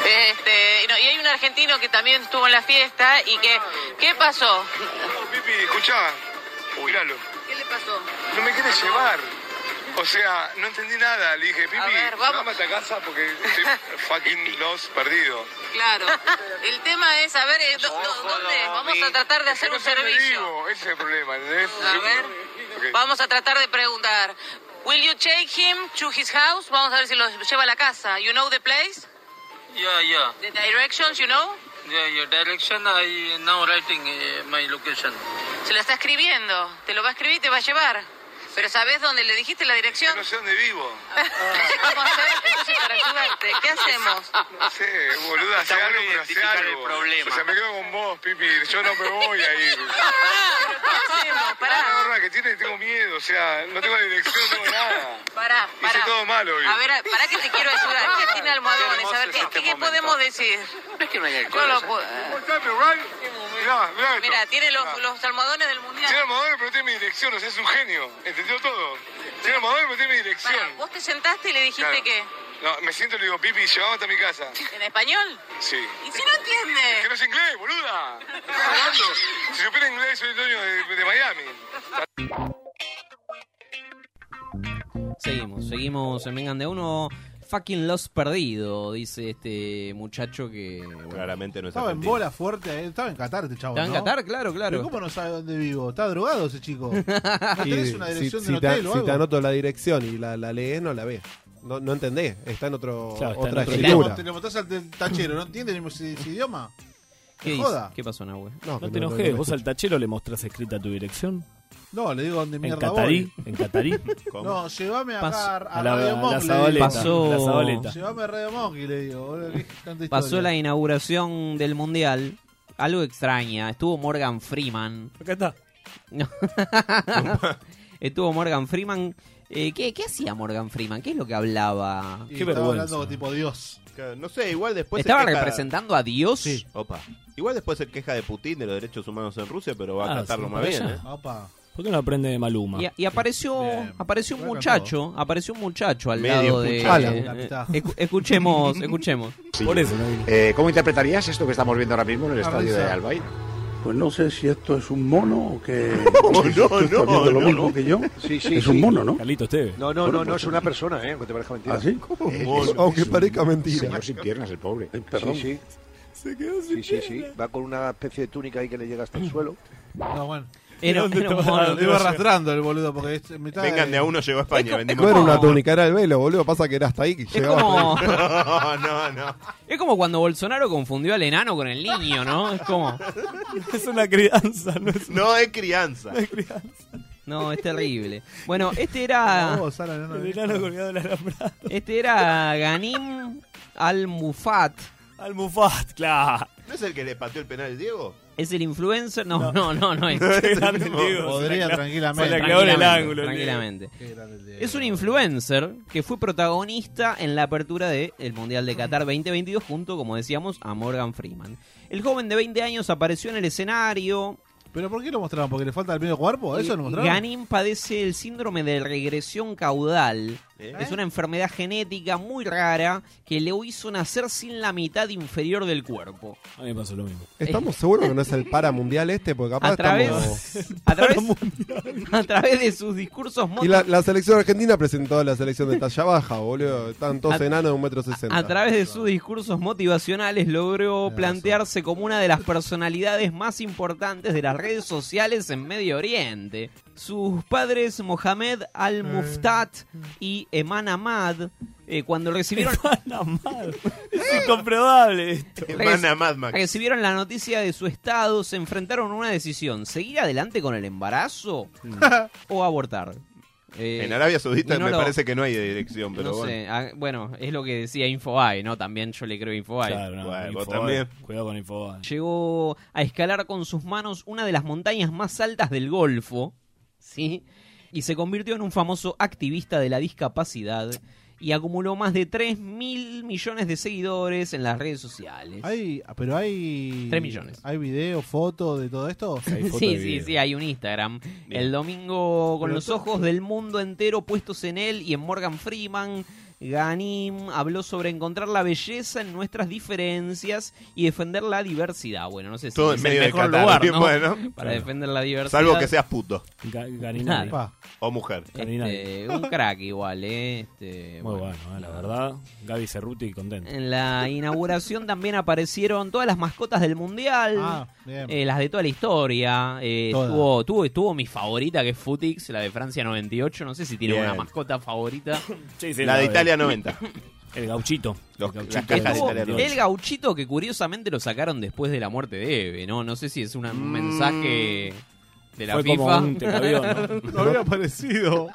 Q: Este, y no, y hay un argentino que también estuvo en la fiesta y que... ¿Qué pasó?
M: Pipi, escuchá. Míralo.
Q: ¿Qué le pasó?
M: No me quieres llevar.
J: O sea, no entendí nada. Le dije,
Q: A
J: Pipi,
Q: ver, vamos.
J: vamos a casa porque estoy fucking los perdido.
Q: Claro. El tema es saber eh, do- do- dónde. Vamos a tratar de hacer un servicio.
J: Vivo, ese es el problema, ¿entendés?
Q: A ver.
J: Ok.
Q: Vamos a tratar de preguntar. Will you take him to his house? Vamos a ver si lo lleva a la casa. You know the place?
R: Yeah, yeah.
Q: The directions, you know?
R: Yeah, your direction. I now writing eh, my location.
Q: Se lo está escribiendo. Te lo va a escribir y te va a llevar. Pero ¿sabés dónde le dijiste la dirección?
J: No sé dónde vivo.
Q: No sé cómo hacer entonces para ayudarte. ¿Qué hacemos?
J: No sé, Eh, boluda, hace algo, pero hace algo. O sea, me quedo con vos, Pipi. Yo no me voy a ir.
Q: ¿Pero qué hacemos? Pará,
J: La verdad que tiene, tengo miedo. O sea, no tengo dirección, no tengo nada.
Q: pará,
J: Hice
Q: pará.
J: todo mal hoy.
Q: A ver, pará que te quiero ayudar. ¿Qué tiene almohadones? A ver, ¿qué,
J: este
Q: qué podemos decir?
R: Es que no hay
Q: No lo puedo. Eh,
J: Mirá, Ah. mirá esto.
Q: Mira, tiene los,
J: Mirá.
Q: los almohadones del mundial.
J: Tiene almohadones, pero tiene mi dirección. O sea, es un genio. Entendió todo. Tiene almohadones, pero tiene mi
Q: Pará,
J: dirección.
Q: vos te sentaste y le dijiste
J: Claro.
Q: que.
J: No, me siento y le digo, Pipi, llevame hasta mi casa.
Q: ¿En español?
J: Sí.
Q: ¿Y si no entiende?
J: Que no es inglés, boluda. ¿Qué estás hablando? Si supiera inglés, soy el dueño de, de Miami.
C: Seguimos, seguimos en Vengan de Uno. Fucking los perdido, dice este muchacho que.
B: Claramente no
A: Estaba en bola fuerte, eh, estaba en Qatar este chavo.
C: Estaba en
A: ¿no?
C: Qatar, claro, claro.
A: ¿Pero cómo no sabe dónde vivo? Está drogado ese chico. ¿No Ah, tenés
D: Y
A: una
D: si-
A: dirección
D: si,
A: del
D: te,
A: hotel o
D: si te
A: algo?
D: anoto la dirección y la, la lees, no la ves. No, no entendés. Está en otro,
A: Claro, está en
D: otra
A: otro
D: escritura.
A: Te lo mostrás al del tachero, ¿no entiendes ese, ese idioma?
C: ¿Qué,
A: ¿Te
C: dice?
A: joda?
C: ¿Qué pasó, Nahue?
F: No,
A: que
F: te
A: no- no-
F: enojes,
A: no-
F: vos al tachero le mostrás escrita tu dirección.
A: No, le digo dónde
F: En
A: mierda
F: catarí,
A: voy.
F: en catarí.
A: No, llévame acá
F: Pasó-
A: a,
F: a la-
A: Radio
F: la
A: Monk. le
F: Zabaleta,
A: digo.
F: Pasó- la Zabaleta.
A: Llévame a Radio Monk y le digo. boludo, qué tanta
C: Pasó
A: historia.
C: la inauguración del mundial. Algo extraña. Estuvo Morgan Freeman.
F: Acá está.
C: Estuvo Morgan Freeman. Eh, ¿qué, qué hacía Morgan Freeman? ¿Qué es lo que hablaba?
A: Y estaba hablando tipo Dios.
B: No sé, igual después. se
C: ¿Estaba
B: queja-
C: representando a Dios? Sí.
B: Opa. Igual después se queja de Putin de los derechos humanos en Rusia, pero va a
F: Ah,
B: tratarlo
F: sí,
B: más
F: para
B: bien,
F: allá.
B: ¿eh?
A: Opa.
F: ¿Por qué no aprende de Maluma?
C: Y, y apareció, apareció un
F: Bueno,
C: muchacho, apareció un muchacho al
F: Medio
C: lado de.
F: muchacho.
C: eh,
F: La mitad.
C: escu- escuchemos, escuchemos.
F: Por eso
S: Eh, ¿Cómo interpretarías esto que estamos viendo ahora mismo en el
C: Ah,
S: estadio
C: risa.
S: de Albaid?
T: Pues no sé si esto es un mono o que.
S: No,
T: si tú
S: no,
T: estás
S: no,
T: viendo
S: no,
T: lo mismo
S: no.
T: que yo.
S: Sí, sí,
T: es un
S: sí.
T: mono, ¿no?
F: Carlitos, te.
T: No, no, no, no, es una
S: persona, ¿eh? aunque te parezca mentira.
T: ¿Ah, sí?
S: Eh,
T: Mono.
S: es-
T: Aunque
S: es un
T: parezca mentira.
S: Señor sin piernas, el pobre.
T: perdón.
S: Sí, sí.
T: Se quedó sin sí, sí, sí. Va con una especie de túnica ahí que le llega hasta el suelo.
A: Mm. No, bueno.
C: Era- ¿Dónde era un estaba? mono.
A: Lo iba arrastrando el boludo porque es en mitad
B: Vengan de a uno, llegó a España,
D: No era una túnica, era el velo, boludo. Pasa que era hasta ahí que llegaba.
C: como-
B: No, no, no.
C: Es como cuando Bolsonaro confundió al enano con el niño, ¿no? Es como.
F: Es una crianza, no es
B: No es crianza.
C: No, es terrible. Bueno, este era.
A: Vos, Sara, no, no.
F: El enano colgado de la alambrada.
C: Este era Ganim Al-Mufat.
F: Al-Mufat, claro.
B: ¿No es el que le pateó el penal Diego?
C: ¿Es el influencer? No, no, no, no es.
B: Qué grande, Diego,
A: Podría se la cla- tranquilamente.
F: se la clavó en el
C: Tranquilamente,
F: ángulo,
C: Tranquilamente.
A: Qué grande el Diego.
C: Es un influencer que fue protagonista en la apertura del Mundial de Qatar 2022 junto, como decíamos, a Morgan Freeman. El joven de 20 años apareció en el escenario.
A: ¿Pero por qué lo mostraron? ¿Porque le falta el medio cuerpo? ¿Eso lo mostraron?
C: Ganim padece el síndrome de regresión caudal. Es una enfermedad genética muy rara que le hizo nacer sin la mitad inferior del cuerpo.
F: A mí me pasó lo mismo.
D: Estamos seguros que no es el paramundial este, porque capaz
C: A través,
D: estamos.
C: a, través, a través de sus discursos
D: Y la, la selección argentina presentó a la selección de talla baja, boludo. Están todos enanos de un metro sesenta.
C: A través de sus discursos motivacionales logró plantearse como una de las personalidades más importantes de las redes sociales en Medio Oriente. Sus padres Mohamed Al-Muftat y Eman Ahmad, eh, cuando recibieron...
F: Es incomprobable esto.
C: Reci- Recibieron la noticia de su estado, se enfrentaron a una decisión, seguir adelante con el embarazo
D: Mm.
C: o abortar. Eh,
B: en Arabia Saudita
C: y no
B: me
C: lo-
B: parece que no hay dirección, pero
C: no
B: bueno.
C: sé, ah, bueno, es lo que decía Infobae, ¿no? También yo le creo a Infobae.
F: Claro, no,
B: Bueno, vos
F: Infobae.
B: también.
F: Cuidado con Infobae.
C: Llegó a escalar con sus manos una de las montañas más altas del Golfo, ¿sí? Y se convirtió en un famoso activista de la discapacidad y acumuló más de 3 mil millones de seguidores en las redes sociales.
A: Hay, Ah, pero hay.
C: Tres millones.
A: ¿Hay video, foto de todo esto?
B: Pues
C: Sí, sí, sí, hay un Instagram. El domingo con
A: Pero
C: los
A: to-
C: ojos del mundo entero puestos en él y en Morgan Freeman. Ganim habló sobre encontrar la belleza en nuestras diferencias y defender la diversidad. Bueno, no sé si
B: Todo en
C: es
B: medio
C: el
B: de
C: mejor
B: Qatar,
C: lugar,
B: bien
C: ¿no?
B: bueno.
C: Para
B: Claro.
C: defender la diversidad.
B: Salvo que seas puto.
C: Claro.
B: O mujer.
C: Este, un crack igual, ¿eh? Este,
F: Muy bueno, eh, la verdad. Gaby Cerruti contento.
C: En la inauguración también aparecieron todas las mascotas del mundial,
F: Ah, bien.
C: eh, las de toda la historia. eh,
F: Todas.
C: estuvo, estuvo, estuvo mi favorita, que es Futix, la de Francia 98. No sé si tiene
B: Bien.
C: una mascota favorita.
F: sí,
B: la de
F: no, eh.
B: Italia
F: el-
B: 90.
F: El gauchito.
B: Los-
F: El
B: las cajas de
C: Estuvo
B: Italia 90.
C: el gauchito que curiosamente lo sacaron después de la muerte de Eve, ¿no? No sé si es una- un
B: Mm.
C: mensaje de la
F: Fue
C: FIFA.
F: como un
A: No, había aparecido.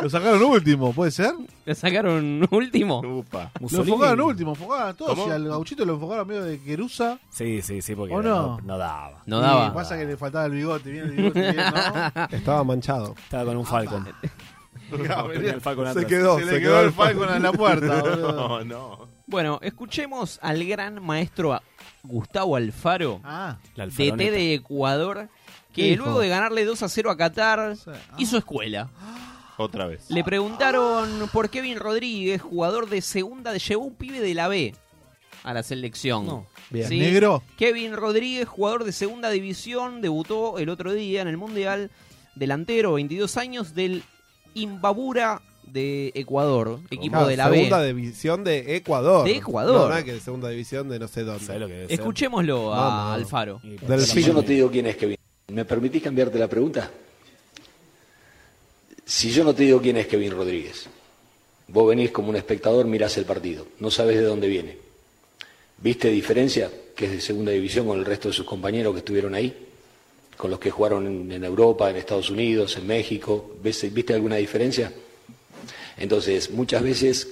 A: Lo sacaron último, ¿puede ser?
C: Lo sacaron último.
A: Lo
F: Mussolini.
A: enfocaron último, enfocaron a todos.
F: ¿Cómo?
A: Y al gauchito lo enfocaron medio de querusa.
F: Sí, sí, sí, porque
A: ¿O no?
F: no, no daba.
C: No daba.
A: Y pasa que le faltaba el bigote. Viene el bigote bien, ¿no?
D: Estaba manchado.
F: Estaba con un Falcon. Tenía el Falcon
A: se
F: atrás.
A: quedó, se, le quedó el Falcon en la puerta.
B: No,
A: boludo.
B: no.
C: Bueno, escuchemos al gran maestro a- Gustavo Alfaro,
A: Ah.
F: La
C: DT
F: alfaroneta.
C: de Ecuador, que
F: Hijo.
C: luego de ganarle 2 a 0 a Qatar, hizo escuela.
B: Otra vez.
C: Le preguntaron por Kevin Rodríguez, jugador de segunda, llevó un pibe de la B a la selección.
A: Bien.
C: ¿Sí?
A: Negro.
C: Kevin Rodríguez, jugador de segunda división, debutó el otro día en el Mundial, delantero, 22 años, del Imbabura de Ecuador, equipo
F: Ah,
D: Claro,
C: de la B.
D: Segunda división de Ecuador.
C: De Ecuador.
D: No, no es que de segunda división de no sé dónde.
C: Escuchémoslo a Alfaro.
N: Si yo no te digo quién es Kevin, ¿me permitís cambiarte la pregunta? Si yo no te digo quién es Kevin Rodríguez, vos venís como un espectador, mirás el partido, no sabés de dónde viene. ¿Viste diferencia que es de segunda división con el resto de sus compañeros que estuvieron ahí? Con los que jugaron en, en Europa, en Estados Unidos, en México. ¿Ves- ¿Viste alguna diferencia? Entonces, muchas veces,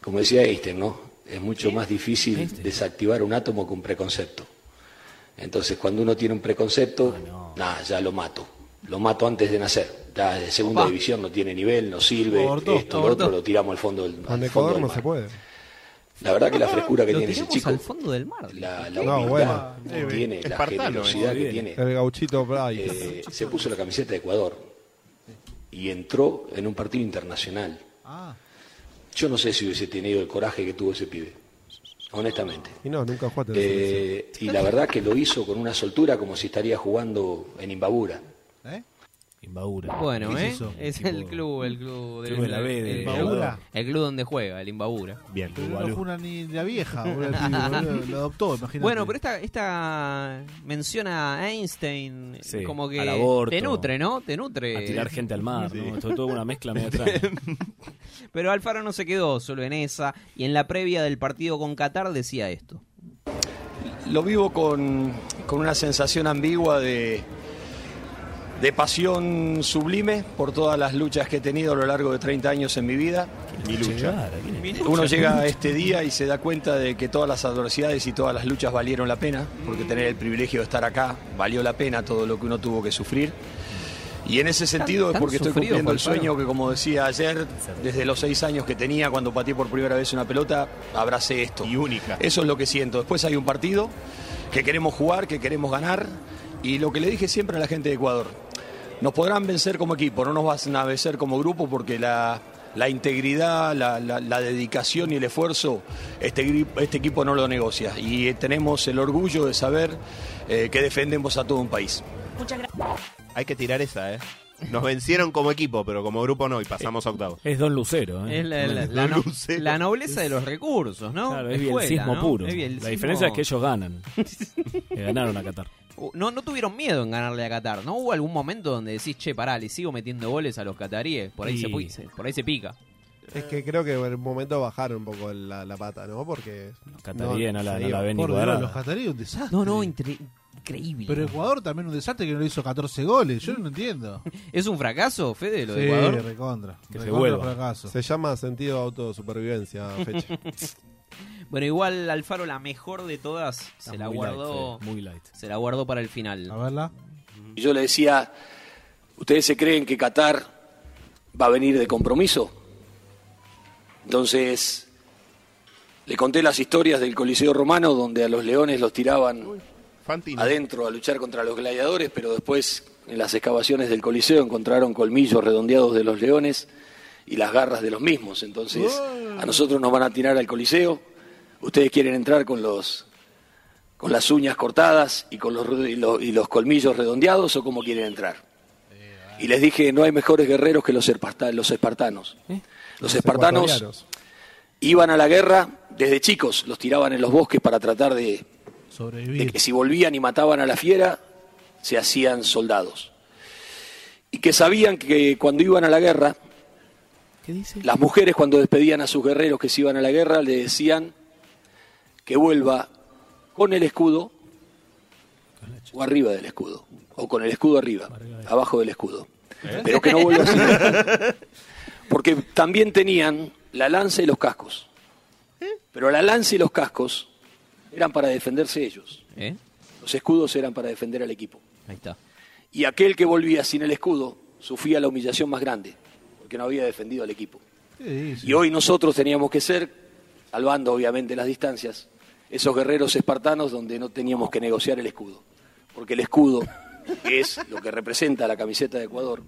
N: como decía Einstein, ¿no? Es mucho más difícil desactivar un átomo que un preconcepto. Entonces, cuando uno tiene un preconcepto,
C: Ah,
N: nada, ya lo mato. Lo mato antes de nacer. Ya de segunda
D: Opa.
N: división no tiene nivel, no sirve.
D: Abortó,
N: esto, lo
D: abortó.
N: otro, lo tiramos al fondo del,
D: Con
N: al fondo
D: Ecuador
N: del
D: no
N: mar.
D: se puede.
N: La verdad que la frescura que
C: Lo
N: tiene ese
C: tiramos
N: chico.
C: al fondo del mar.
N: La, la
D: No,
N: humildad
D: bueno.
N: que tiene, la
D: Espartano,
N: generosidad que
D: bien.
N: tiene.
D: El gauchito Bryce.
N: Eh, se puso la camiseta de Ecuador y entró en un partido internacional.
F: Ah.
N: Yo no sé si hubiese tenido el coraje que tuvo ese pibe, honestamente.
D: Y no, nunca jugaste. en la selección.
N: Eh, y la verdad que lo hizo con una soltura como si estaría jugando en Imbabura.
F: Imbabura.
C: Bueno,
F: ¿Qué
C: ¿eh?
F: es eso?
C: Es
F: Tipo-
C: el club, el club
F: Club de la B de
C: el-
F: Imbabura.
C: El club donde juega, el Imbabura.
F: Bien,
A: Pero no lo juna ni la vieja, boludo, el pibe, boludo. Lo adoptó, imagínate.
C: Bueno, pero esta, esta mención a Einstein
F: Sí,
C: como que
F: al aborto.
C: te nutre, ¿no? Te nutre.
F: A tirar gente al mar, ¿no? Todo, todo una mezcla medio
C: Pero Alfaro no se quedó solo en esa y en la previa del partido con Qatar decía esto.
G: lo vivo con, con una sensación ambigua de, de pasión sublime por todas las luchas que he tenido a lo largo de 30 años en mi vida.
B: Mi lucha.
G: Uno llega a este día y se da cuenta de que todas las adversidades y todas las luchas valieron la pena, porque tener el privilegio de estar acá valió la pena todo lo que uno tuvo que sufrir. Y en ese sentido
T: Tan-
G: es
T: tan
G: porque estoy
T: sufrido,
G: cumpliendo el
T: Juan Pablo.
G: sueño que, como decía ayer, desde los seis años que tenía, cuando pateé por primera vez una pelota, abracé esto. Y única. Eso es lo que siento. Después hay un partido que queremos jugar, que queremos ganar. Y lo que le dije siempre a la gente de Ecuador, nos podrán vencer como equipo, no nos van a vencer como grupo porque la, la integridad, la, la- la dedicación y el esfuerzo, este, gri- este equipo no lo negocia. Y eh, tenemos el orgullo de saber eh, que defendemos a todo un país.
B: Muchas gracias. Hay que tirar esa, ¿eh? Nos vencieron como equipo, pero como grupo no, y pasamos a octavos.
F: Es Don Lucero, ¿eh?
C: Es la, la-
F: Don
C: la no-
F: Lucero.
C: la nobleza de los recursos, ¿no?
F: Claro, es
C: Escuela,
F: bielcismo
C: ¿no?
F: puro.
C: Es bielcismo-
F: La diferencia es que ellos ganan. Le ganaron a Qatar.
C: Uh, No, no tuvieron miedo en ganarle a Qatar. ¿No hubo algún momento donde decís, che, pará, le sigo metiendo goles a los cataríes? Por ahí,
D: Sí.
C: se, pu- se- por ahí se pica.
D: Es que creo que en un momento bajaron un poco la, la pata, ¿no? Porque.
F: cataríes no la- no
D: sería-
F: la ven ni
D: por
F: cuadrada.
D: Dios,
A: Los cataríes un desastre.
C: No, no, increíble.
A: Pero Ecuador también un desastre que no le hizo 14 goles. Yo no entiendo.
C: ¿Es un fracaso, Fede, lo de
A: Sí,
C: Ecuador?
A: recontra.
D: Que
A: Recontra
D: se vuelva.
A: fracaso.
D: Se llama sentido de autosupervivencia, fecha.
C: Bueno, igual Alfaro, la mejor de todas, se la
F: muy
C: guardó.
F: light, Fede, muy light.
C: Se la guardó para el final. A
A: verla.
N: Y yo le decía, ¿ustedes se creen que Qatar va a venir de compromiso? Entonces, le conté las historias del Coliseo Romano donde a los leones los tiraban adentro a luchar contra los gladiadores, pero después en las excavaciones del Coliseo encontraron colmillos redondeados de los leones
G: y las garras de los mismos. Entonces, a nosotros nos van a tirar al coliseo. Ustedes quieren entrar con los con las uñas cortadas y con los, ru- y lo- y los colmillos redondeados o cómo quieren entrar. Y les dije, no hay mejores guerreros que los, esparta- los espartanos. Los espartanos
D: ecuatorianos.
G: iban a la guerra desde chicos, los tiraban en los bosques para tratar de, de
A: Sobrevivir.
G: que si volvían y mataban a la fiera, se hacían soldados. Y que sabían que cuando iban a la guerra, las mujeres cuando despedían a sus guerreros que se iban a la guerra, le decían que vuelva con el escudo o arriba del escudo, o con el escudo arriba, abajo del escudo.
H: ¿Eh?
G: Pero que no vuelva así. Porque también tenían la lanza y los cascos. Pero la lanza y los cascos eran para defenderse ellos. Los escudos eran para defender al equipo.
C: Eh? Ahí está.
G: Y aquel que volvía sin el escudo sufría la humillación más grande, porque no había defendido al equipo. Y hoy nosotros teníamos que ser, salvando obviamente las distancias, esos guerreros espartanos donde no teníamos que negociar el escudo. Porque el escudo, que es lo que representa la camiseta de Ecuador,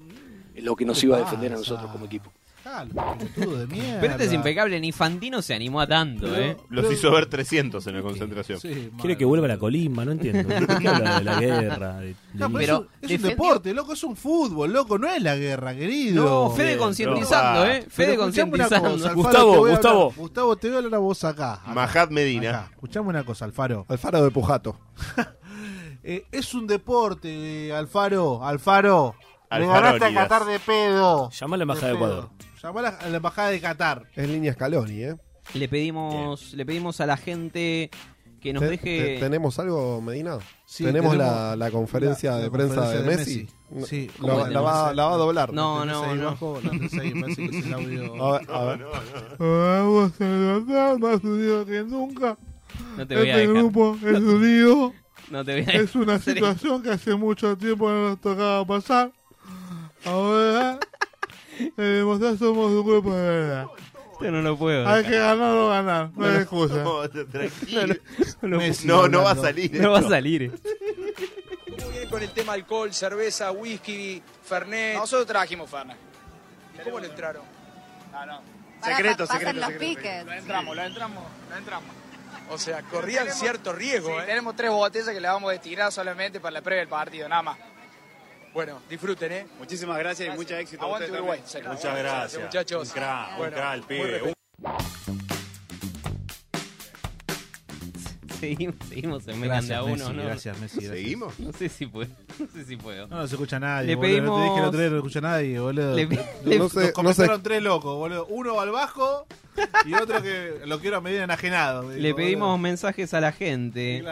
G: es lo que nos iba a defender a nosotros como equipo.
C: Pero este es impecable, ni Fantino se animó a tanto, ¿eh?
B: Los hizo ver 300 en la concentración.
F: Quiere que vuelva la colimba, no entiendo. ¿Por qué habla de la guerra? de- de-
A: No, pero, es un- es, un deporte, loco, es un fútbol, loco, no es la guerra, querido.
C: No, Fede concientizando, ¿eh? Fede
A: Pero escuchame una
C: concientizando.
A: cosa, Alfaro,
C: Gustavo,
A: te voy a hablar-
C: Gustavo.
A: Gustavo, te voy a hablar a vos acá. acá.
B: Majad Medina.
A: Escuchame una cosa, Alfaro.
D: Alfaro de Pujato.
A: Eh, es un deporte, eh, Alfaro, Alfaro. Me
D: Alfaro
A: ganaste a
D: Arias.
A: Qatar de pedo.
F: Llama a la embajada de
A: pedo.
F: Ecuador.
A: Llamá a la, a la embajada de Qatar.
D: Es línea Scaloni, ¿eh?
C: Le pedimos, le pedimos a la gente que nos
D: Te-
C: deje.
D: te- ¿Tenemos algo, Medina?
A: Sí,
D: tenemos,
A: tenemos
D: la, la conferencia
A: la- la
D: de prensa
A: conferencia
D: de,
A: de
D: Messi.
A: Messi. Sí.
D: La- la, va, la va a doblar.
C: No,
A: tenés
C: no,
A: ahí
C: no.
A: abajo, la tenés ahí, parece que es el audio.
D: A ver, a ver.
A: Vamos a tratar más unidos que nunca.
C: No te voy a
A: este
C: dejar.
A: grupo es unido.
C: No te voy a dejar.
A: Es una
C: Sí.
A: situación que hace mucho tiempo no nos tocaba pasar. Ahora debemos somos un grupo de verdad.
C: Esto no lo puedo.
A: Hay que ganar o ganar, no hay excusa.
B: No, tranquilo.
C: No, no, Messi
B: no,
C: hablando.
B: va a salir.
C: No va a
B: esto.
C: salir. eh.
U: Viene con el tema alcohol, cerveza, whisky, Fernet. Nosotros trajimos Fernet. ¿Cómo le entraron? Ah, no.
V: Secreto, Pará, pa- secreto, pasan los secreto. piques.
U: Lo entramos, lo entramos, lo entramos. O sea, corrían cierto riesgo, ¿eh? Tenemos tres botellas que le vamos a destinar solamente para la previa del partido, nada más. Bueno, disfruten, ¿eh? Muchísimas gracias, y mucho éxito. Aguante Uruguay.
K: Muchas gracias.
U: Muchachos.
K: Un cra, un
U: Bueno,
K: cra, el pibe.
U: muy
C: Seguimos, seguimos en Megan
A: Gracias,
C: de a uno,
A: Messi,
C: ¿no?
A: gracias, Messi, gracias. ¿Seguimos?
C: No sé si puedo. No sé si puedo.
A: No, no se escucha nadie.
C: Le
A: boludo.
C: pedimos.
A: No te dije el otro día, no escucha nadie, boludo.
C: Le pe-
A: No-
C: le-
A: no
C: no
A: sé,
C: sé.
A: nos comentaron tres locos, boludo. Uno al bajo y otro que lo quiero a medida enajenado.
C: Le pedimos mensajes a la gente.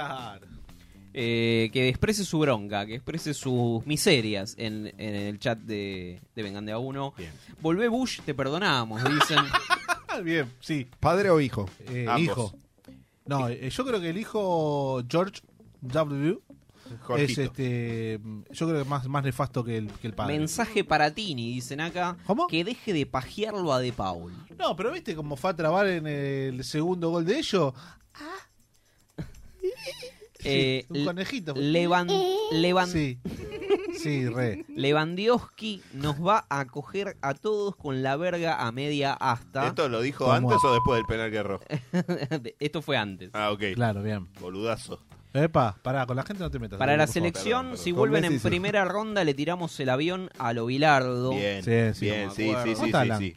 C: eh, que exprese su bronca, que exprese sus miserias en, en el chat de, de Vengan de a uno. Volvé Bush, te perdonamos, dicen.
A: Bien, sí.
D: ¿Padre o hijo?
A: Eh, hijo. No, eh, yo creo que el hijo George W. Es
C: Jorgito.
A: este. Yo creo que más, más nefasto que el, que el padre.
C: Mensaje para Tini, dicen acá. Que deje de pajearlo a De Paul.
A: No, pero viste como fue a trabar en el segundo gol de ellos. Sí,
C: Eh,
A: un conejito. pues.
C: Levan,
A: Eh.
C: Levan,
A: Sí. Sí, re.
C: Lewandowski nos va a coger a todos con la verga a media asta.
B: ¿Esto lo dijo
C: ¿Cómo?
B: antes o después del penal que erró?
C: Esto fue antes.
B: Ah, ok.
A: Claro, bien.
B: Boludazo.
A: Epa, pará, con la gente no te metas.
C: Para la
A: por favor.
C: selección, si vuelven en primera ronda, le tiramos el avión al Obilardo.
B: Bien,
A: Sí, sí. bien,
C: No me
A: sí,
C: acuerdo.
A: sí, sí, ¿Dónde está sí, Alan? sí.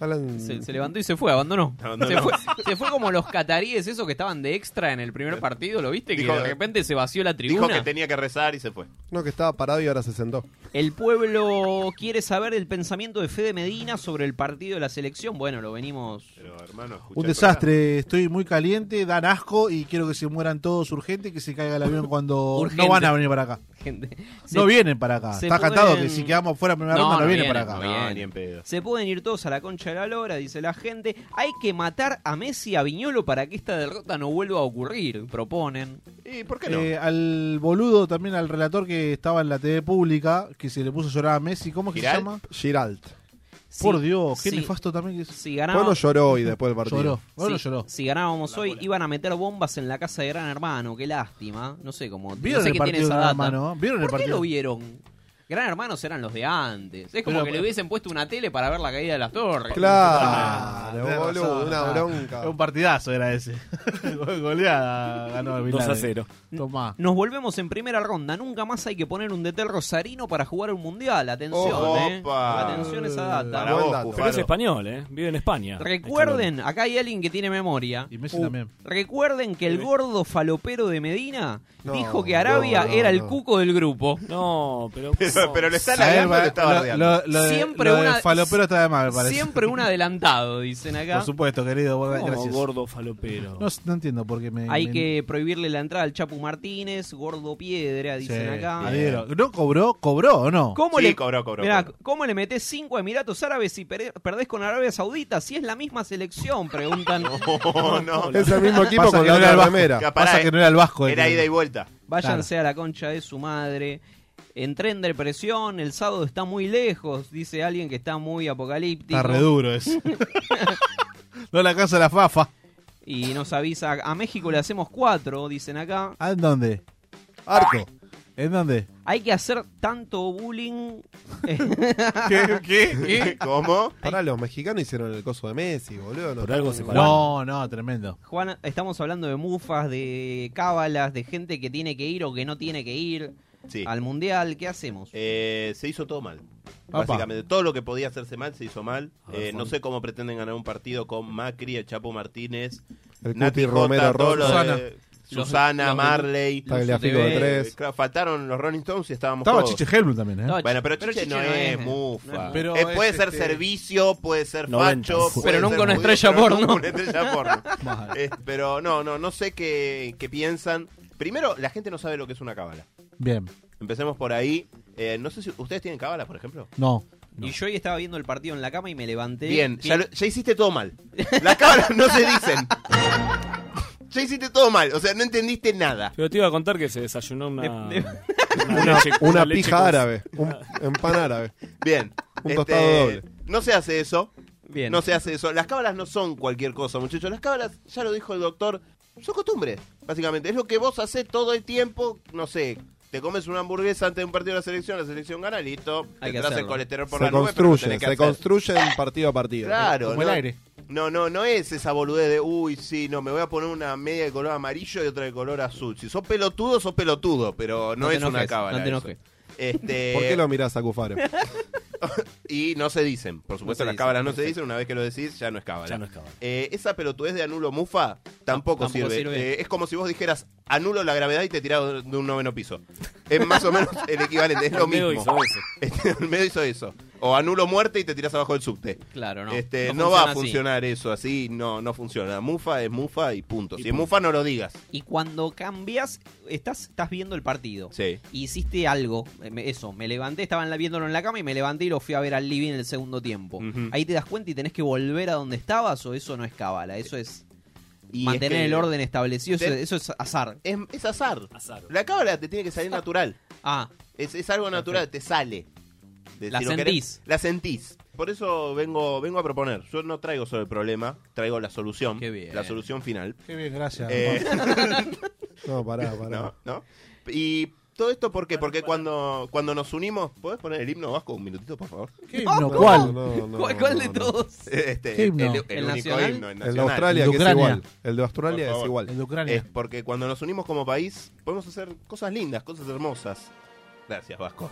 A: Alan-
C: Se, se levantó y se fue, abandonó.
B: Abandonó.
C: Se, fue, se fue como los cataríes esos que estaban de extra en el primer partido, ¿lo viste?
B: Eh. Dijo-
C: que de repente se vació la tribuna.
B: Dijo que tenía que rezar y se fue.
D: No, que estaba parado y ahora se sentó.
C: El pueblo quiere saber el pensamiento de Fede Medina sobre el partido de la selección. Bueno, lo venimos.
A: Un desastre, estoy muy caliente, dan asco y quiero que se mueran todos urgente, que se caiga el avión cuando
C: Urgente.
A: no van a venir para acá.
C: Gente.
A: No vienen para acá.
C: se
A: Está cantado
C: pueden-
A: que si quedamos fuera de primera ronda no, vienen para acá.
C: no vienen. Se pueden ir todos a la concha de la lora, dice la gente. Hay que matar a Messi y a Viñolo para que esta derrota no vuelva a ocurrir, proponen.
B: ¿Y por
A: Eh, al boludo también al relator que estaba en la TV pública, que se le puso a llorar a Messi, ¿cómo es que se llama?
D: Giralt.
A: Por Dios, qué
C: sí.
A: nefasto también que es.
C: Si ganamos-
D: Pueblo lloró hoy después del partido.
A: Lloró. Pueblo
C: si,
A: lloró.
C: si ganábamos hoy, iban a meter bombas en la casa de Gran Hermano. Qué lástima. No sé cómo.
A: ¿Vieron
C: no sé
A: el
C: qué
A: partido
C: tiene
A: de
C: esa
A: Gran
C: data.
A: Hermano? ¿Vieron el
C: ¿Por qué
A: partido?
C: lo vieron? Gran Hermanos eran los de antes. Es como
A: Pero-
C: que le hubiesen puesto una tele para ver la caída de las torres.
A: Claro, tenés
D: boludo,
A: razón,
D: una
A: ah.
D: bronca.
A: Un partidazo era ese. Go- Goleada ganó Bin
C: 2 a
A: Laden.
C: 0.
A: Tomá.
C: Nos volvemos en primera ronda. Nunca más hay que poner un DT rosarino para jugar un mundial. Atención,
B: Ojo,
C: eh.
B: opa.
C: Atención a esa data.
B: Para vos,
F: Pero es
B: Cufaro.
F: español, ¿eh? Vive en España.
C: Recuerden, acá hay alguien que tiene memoria. Uh,
F: Messi también.
C: Recuerden que el gordo falopero de Medina
F: No,
C: dijo que Arabia
F: no, no,
C: era el
F: no.
C: cuco del grupo.
F: No, pero.
B: Pero- pero le está
A: A ver,
B: halagando o
A: va-
B: le está
A: lo-
B: bardeando.
A: lo- lo de-
C: Siempre
A: lo de
C: una-
A: falopero está de más, me parece.
C: Siempre un adelantado, dicen acá.
A: Por supuesto, querido. vos-
F: Como
A: Gracias.
F: gordo falopero.
A: No, no entiendo por qué me.
C: Hay
A: me-
C: que prohibirle la entrada al Chapu Martínez, Gordo Piedra,
A: Sí,
C: dicen acá.
A: adhiero. ¿No cobró? ¿Cobró o no?
C: ¿Cómo le, Mirá, ¿cómo le metés 5 a Emiratos Árabes si pere- perdés con Arabia Saudita? Si es la misma selección, preguntan.
B: No, no.
D: Es el mismo equipo
A: Pasa
D: con
A: que
D: la
A: no era
D: otra
A: el Vasco.
D: remera.
A: Capaz Pasa que no era el Vasco,
B: Era
A: el-
B: ida y vuelta.
C: Váyanse a la concha de su madre. Entren de presión, el sábado está muy lejos, dice alguien que está muy apocalíptico.
A: Está re duro eso. no la casa la fafa.
C: Y nos avisa, a México le hacemos 4, dicen acá.
A: ¿Ah, ¿En dónde? Arco. ¿En dónde?
C: Hay que hacer tanto bullying.
B: ¿Cómo?
D: Pará, los mexicanos hicieron el coso de Messi, boludo.
F: Por algo se
A: No, no, tremendo.
C: Juan, estamos hablando de mufas, de cábalas, de gente que tiene que ir o que no tiene que ir
B: Sí.
C: al mundial. ¿Qué hacemos?
B: Eh, se hizo todo mal.
C: Apa.
B: Básicamente, todo lo que podía hacerse mal se hizo mal.
C: A ver,
B: Eh, no
C: Juan.
B: sé cómo pretenden ganar un partido con Macri, el Chapo Martínez,
D: El
B: Nati
D: Cuti
B: Jota,
D: Romero
B: todo lo de-
D: Susana.
B: Susana,
D: Los- los-
B: Marley,
D: Tagliafico de
B: Eh,
D: tres.
B: claro, faltaron los Rolling Stones y estábamos
A: Estaba
B: todos.
A: Chiche Helmut también, ¿eh? No,
B: bueno, pero
A: pero
B: Chiche,
A: Chiche
B: no,
A: no
B: es
A: es, no es
B: mufa.
A: mufa. Pero
B: Eh, puede
A: es,
B: ser
A: este,
B: servicio, puede ser
A: 90.
B: facho,
A: Pero
B: puede
A: nunca
B: ser
A: una
B: judío,
A: estrella
B: pero nunca
A: porno.
B: una estrella porno. Eh, pero no, no, no sé qué, qué piensan. Primero, la gente no sabe lo que es una cábala.
A: Bien.
B: Empecemos por ahí. Eh, no sé si ustedes tienen cábalas, por ejemplo.
A: No.
C: Y yo hoy estaba viendo el partido en la cama y me levanté.
B: Bien, ya, lo- ya hiciste todo mal. Las cábalas no se dicen. Ya hiciste todo mal, o sea, no entendiste nada.
F: Pero te iba a contar que se desayunó una.
D: Una,
F: leche-
D: una
F: una leche
D: pija
F: con-
D: árabe. Un, un pan árabe.
B: Bien.
D: Un
B: Este,
D: tostado doble.
B: No se hace eso.
C: Bien.
B: No se hace eso. Las cábalas no son cualquier cosa, muchachos. Las cábalas, ya lo dijo el doctor, son costumbres, básicamente. Es lo que vos haces todo el tiempo, no sé. Te comes una hamburguesa antes de un partido de la selección, la selección gana, listo.
D: Hay que
B: Tendrás el
D: hacerlo.
B: colesterol por
D: Se
B: la nube, pero lo tenés
D: construye,
B: que
D: se
B: hacer.
D: construye partido a partido.
B: Claro,
D: Como
B: no,
D: el aire.
B: No, no, no es esa boludez de, uy, sí, no, me voy a poner una media de color amarillo y otra de color azul. Si sos pelotudo, sos pelotudo, pero no,
D: No te
B: es una
D: enojes,
B: cábala.
D: no te
B: eso.
D: enojes.
B: Este,
D: ¿Por qué lo mirás a Cufaro?
B: y no se dicen. Por supuesto,
D: No se
B: las
D: dicen,
B: cábalas no se
D: perfecto.
B: dicen. Una vez que lo decís, ya no es cábala.
F: Ya no es cábala.
B: Eh, esa pelotudez de anulo mufa tampoco,
F: Tampoco
B: sirve.
F: sirve.
B: Eh, es como si vos dijeras anulo la gravedad y te tirás de un noveno piso. Es más o menos el equivalente, es lo
F: Olmedo
B: mismo.
F: hizo eso.
B: Este, Olmedo hizo eso. O anulo muerte y te tirás abajo del subte.
C: Claro, no.
B: Este,
C: No
B: no, va
C: funciona
B: a
C: así.
B: funcionar eso así, no, no funciona. Mufa es mufa y punto.
C: Y
B: si es
C: punto.
B: mufa no lo digas.
C: Y cuando cambias, estás, estás viendo el partido.
B: Sí.
C: Y hiciste algo. eh, me- Eso, me levanté, estaban la- viéndolo en la cama y me levanté y lo fui a ver al living en el segundo tiempo. Ahí te das cuenta y tenés que volver a donde estabas o eso no es cábala. Eso es
B: Y
C: mantener
B: es que-
C: el orden establecido. Eso,
B: Te-
C: eso es azar.
B: Es, es azar. La cábala te tiene que salir natural.
C: Ah.
B: Es, es algo natural, te sale. De-
C: La
B: si lo querés-
C: sentís.
B: la sentís. Por eso vengo, vengo a proponer. Yo no traigo solo el problema, traigo la solución. La solución final.
A: Qué bien, gracias.
B: Eh,
D: No, pará, pará.
B: No, no. Y todo esto por qué? Porque cuando, cuando nos unimos, ¿podés poner el himno vasco un minutito, por favor?
A: ¿Qué himno? No, ¿Cuál?
D: no, no,
C: ¿Cuál, cuál de
D: no, no.
C: todos?
B: Eh, Este,
D: ¿Qué himno?
B: El, el
D: ¿El
B: único
D: nacional?
B: himno,
D: El
B: el
D: de
B: nacional.
D: Australia, El de que es Ucrania. igual. El de Australia
B: Por
D: es
B: favor.
D: igual. El de Ucrania.
B: Es porque cuando nos unimos como país, podemos hacer cosas lindas, cosas hermosas. Gracias, Vasco.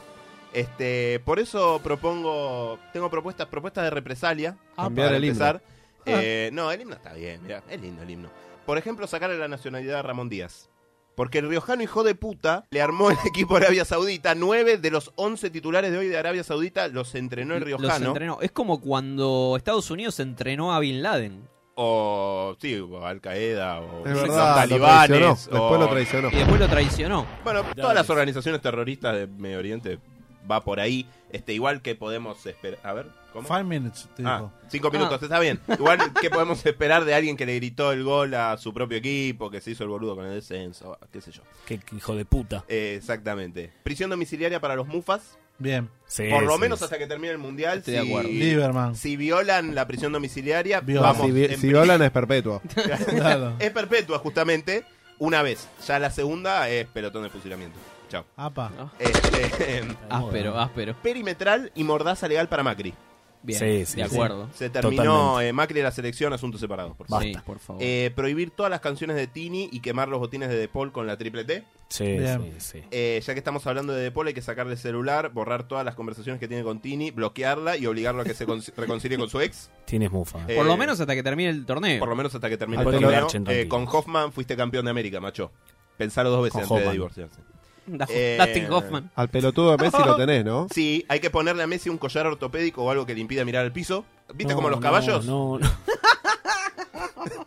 B: Este, por eso propongo, tengo propuestas, propuestas de represalia.
D: Cambiar
B: para
D: el himno.
B: empezar.
D: Ah.
B: Eh, no, el himno está bien, mira, es lindo el himno. Por ejemplo, sacar a la nacionalidad a Ramón Díaz. Porque el riojano hijo de puta le armó el equipo a Arabia Saudita. Nueve de los once titulares de hoy de Arabia Saudita los entrenó el
C: Los
B: riojano.
C: entrenó. Es como cuando Estados Unidos entrenó a Bin Laden.
B: O, sí, o Al Qaeda, o
D: Es
B: los
D: verdad, lo
B: talibanes.
D: traicionó,
B: o-
D: después lo traicionó.
C: Y después lo traicionó.
B: Bueno, todas las organizaciones terroristas de Medio Oriente va por ahí. Este, igual que podemos esperar. A ver, ¿cómo?
A: Five minutes, te
B: Ah,
A: dijo.
B: cinco minutos, está bien. Igual que podemos esperar de alguien que le gritó el gol a su propio equipo, que se hizo el boludo con el descenso, qué sé yo.
F: Qué hijo de puta.
B: Eh, exactamente. Prisión domiciliaria para los mufas.
A: Bien.
B: por lo menos hasta que termine el mundial.
A: Estoy
B: si,
A: de acuerdo. Lieberman.
B: Si violan la prisión domiciliaria,
D: Viola.
B: vamos.
D: si vi-
B: en
D: si violan es perpetua.
B: es perpetua, justamente. una vez. Ya la segunda es pelotón de fusilamiento. Chao.
A: Apa.
B: Este,
C: Ah. Áspero, áspero.
B: Perimetral y mordaza legal para Macri.
C: Bien, Sí, sí, de sí. acuerdo.
B: Se terminó
C: Totalmente.
B: eh, Macri de la selección, asuntos separados. Por
C: Basta.
B: favor.
C: Sí, por favor.
B: Eh, prohibir todas las canciones de Tini y quemar los botines de De Paul con la triple T.
F: Sí,
A: Bien.
F: sí, sí.
B: Eh, ya que estamos hablando de De Paul, hay que sacarle el celular, borrar todas las conversaciones que tiene con Tini, bloquearla y obligarlo a que se con- reconcilie con su ex.
F: Tienes mufa.
B: Eh,
C: Por lo menos hasta que termine el torneo.
B: Por lo menos hasta que termine
F: Al
B: el
F: pelo de
B: torneo.
F: Argent,
B: Eh,
F: tranquilo.
B: con Hoffman fuiste campeón de América, macho. Pensalo dos veces
F: Con
B: antes de
F: Hoffman.
B: divorciarse.
C: Da-
B: Eh,
C: Dustin Hoffman.
D: Al pelotudo de Messi lo tenés, ¿no?
B: Sí, hay que ponerle a Messi un collar ortopédico o algo que le impida mirar al piso. ¿Viste
F: No,
B: como los
F: no,
B: caballos?
F: No, no.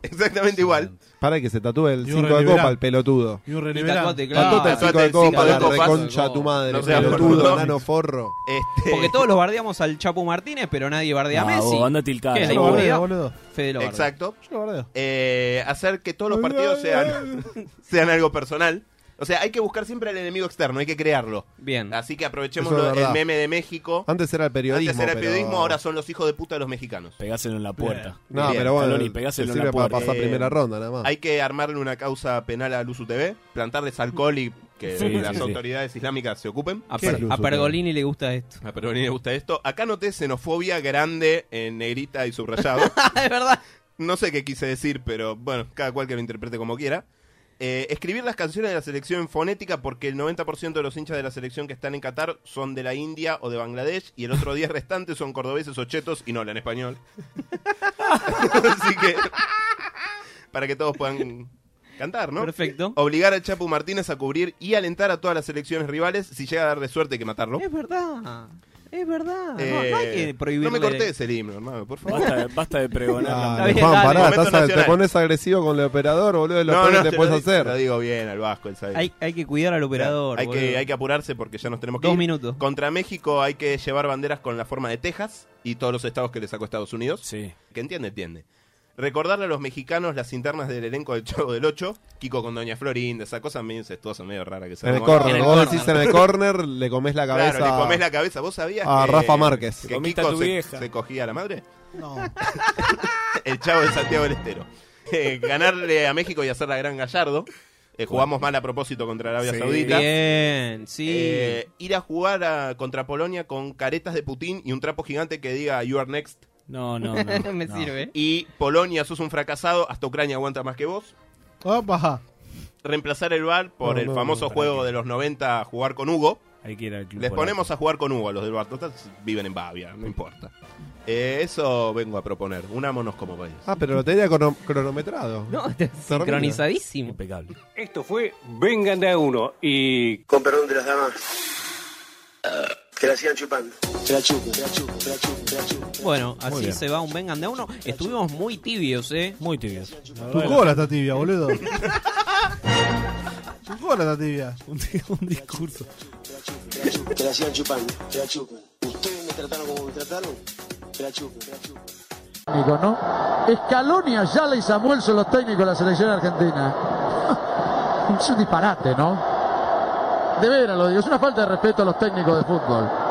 B: Exactamente igual.
D: Para que se tatúe el
A: Y
D: 5
A: un
D: de
A: reliberá.
D: copa, el pelotudo.
A: Y un reliberá.
C: tatuate, claro.
D: Tatuate el 5
B: Tatuate
D: de
B: el cinco
D: copa,
B: de
D: la
B: copas.
D: reconcha tu madre,
B: No seas
D: pelotudo,
B: boludo.
D: nano forro.
B: Este,
C: Porque todos los bardeamos al Chapu Martínez, pero nadie bardea a
F: No,
C: Messi.
F: vos andate al cara.
C: ¿Qué es la
F: Yo lo
C: impunidad?
A: bardeo, boludo.
C: Fede lo bardea.
B: Exacto.
A: Yo lo bardeo.
B: Eh, hacer que todos los partidos sean, sean algo personal. O sea, hay que buscar siempre al enemigo externo, hay que crearlo.
C: Bien.
B: Así que aprovechemos
D: Eso es
B: lo- el
D: verdad.
B: meme de México.
D: Antes era el periodismo.
B: Antes era el
D: pero-
B: periodismo, ahora son los hijos de puta de los mexicanos.
F: Pegáselo en la puerta.
D: No,
B: Bien,
D: pero bueno,
F: Scaloni,
D: te
F: pegáselo en
D: sirve
F: la
D: para
F: puerta.
D: pasar
B: Eh,
D: primera ronda, nada más.
B: Hay que armarle una causa penal a Luzu TV, plantarles alcohol y que
F: Sí,
B: las
F: sí, sí.
B: autoridades islámicas se ocupen.
C: A,
D: ¿Qué
C: Per-
D: es Luzu,
C: a Pergolini le gusta esto.
B: Ah, pero ni le gusta esto. Acá noté xenofobia grande en negrita y subrayado.
C: Ah, es verdad.
B: No sé qué quise decir, pero bueno, cada cual que lo interprete como quiera. Eh, escribir las canciones de la selección en fonética porque el 90% de los hinchas de la selección que están en Qatar son de la India o de Bangladesh y el otro 10 restante son cordobeses o chetos y no hablan español. Así que para que todos puedan cantar, ¿no?
C: Perfecto.
B: Obligar al Chapu Martínez a cubrir y alentar a todas las selecciones rivales si llega a darle suerte hay que matarlo.
C: Es verdad. Es verdad.
B: Eh,
C: No, no hay que prohibirle.
B: no me cortes el himno, hermano, por favor.
F: Basta, de- basta de pregonar.
D: Ah,
C: bien,
D: Juan,
C: dale.
D: pará,
B: Momento
D: estás a- te
B: nacional.
D: pones agresivo con el operador, boludo, es lo
B: No,
D: peor
B: no,
D: que
B: te
D: te
B: lo
D: puedes
B: digo- Lo
D: hacer.
B: digo bien al Vasco, él sabe.
C: Hay, hay que cuidar al operador.
B: hay, que,
C: boludo.
B: hay que apurarse porque ya nos tenemos que
C: Dos
B: ir.
C: minutos.
B: Contra México hay que llevar banderas con la forma de Texas y todos los estados que le sacó Estados Unidos.
F: Sí.
B: Que entiende, entiende. Recordarle a los mexicanos las internas del elenco del Chavo del 8, Kiko con Doña Florinda, esa cosa medio incestuosa, medio rara que se
D: En el
B: armó ahora.
D: corner,
C: el
D: vos
C: corner.
D: decís en el corner, le comés la cabeza.
B: Claro, le comés la cabeza. ¿Vos sabías
D: a
B: que-
D: Rafa Márquez.
B: que
F: Comiste a
B: Kiko
F: tu
B: se,
F: vieja.
B: se cogía a la madre?
A: No.
B: El Chavo de Santiago del Estero. Eh, ganarle a México y hacer la gran Gallardo. Eh, jugamos mal a propósito contra Arabia
F: Sí.
B: Saudita.
C: Bien, sí.
B: Eh, ir a jugar a- contra Polonia con caretas de Putin y un trapo gigante que diga You are next.
F: No, no, no.
C: me
F: no.
C: sirve.
B: Y Polonia, sos un fracasado, hasta Ucrania aguanta más que vos.
A: Opa.
B: Reemplazar el VAR por
D: No,
B: el
D: no,
B: famoso
D: no,
B: juego de los 90, jugar con Hugo.
F: Hay que ir al club.
B: Les
F: polaco.
B: ponemos a jugar con Hugo a los del VAR. Total, viven en Bavia, no importa. Eh, eso vengo a proponer. Unámonos como país.
D: Ah, pero lo tenía crono- cronometrado.
C: No, está sincronizadísimo.
F: Impecable.
J: Esto fue Vengan de a uno y
N: Con perdón de las damas. Que la sigan chupando. Que la chupen, que la chupen, que la chupen, que la chupen.
C: Bueno,
F: Muy
C: así
F: bien.
C: se va un vengan de a uno. Estuvimos muy tibios, ¿eh?
F: Muy tibios.
A: Tu cola está tibia, boludo. tu cola está tibia.
F: Un, un discurso.
N: Que la sigan chupando, que la chupen. Ustedes me trataron como me trataron, que la chupen, que la chupen.
H: técnicos, ¿no? Scaloni, Ayala y Samuel son los técnicos de la selección argentina. Es un disparate, ¿no? De veras lo digo, es una falta de respeto a los técnicos de fútbol.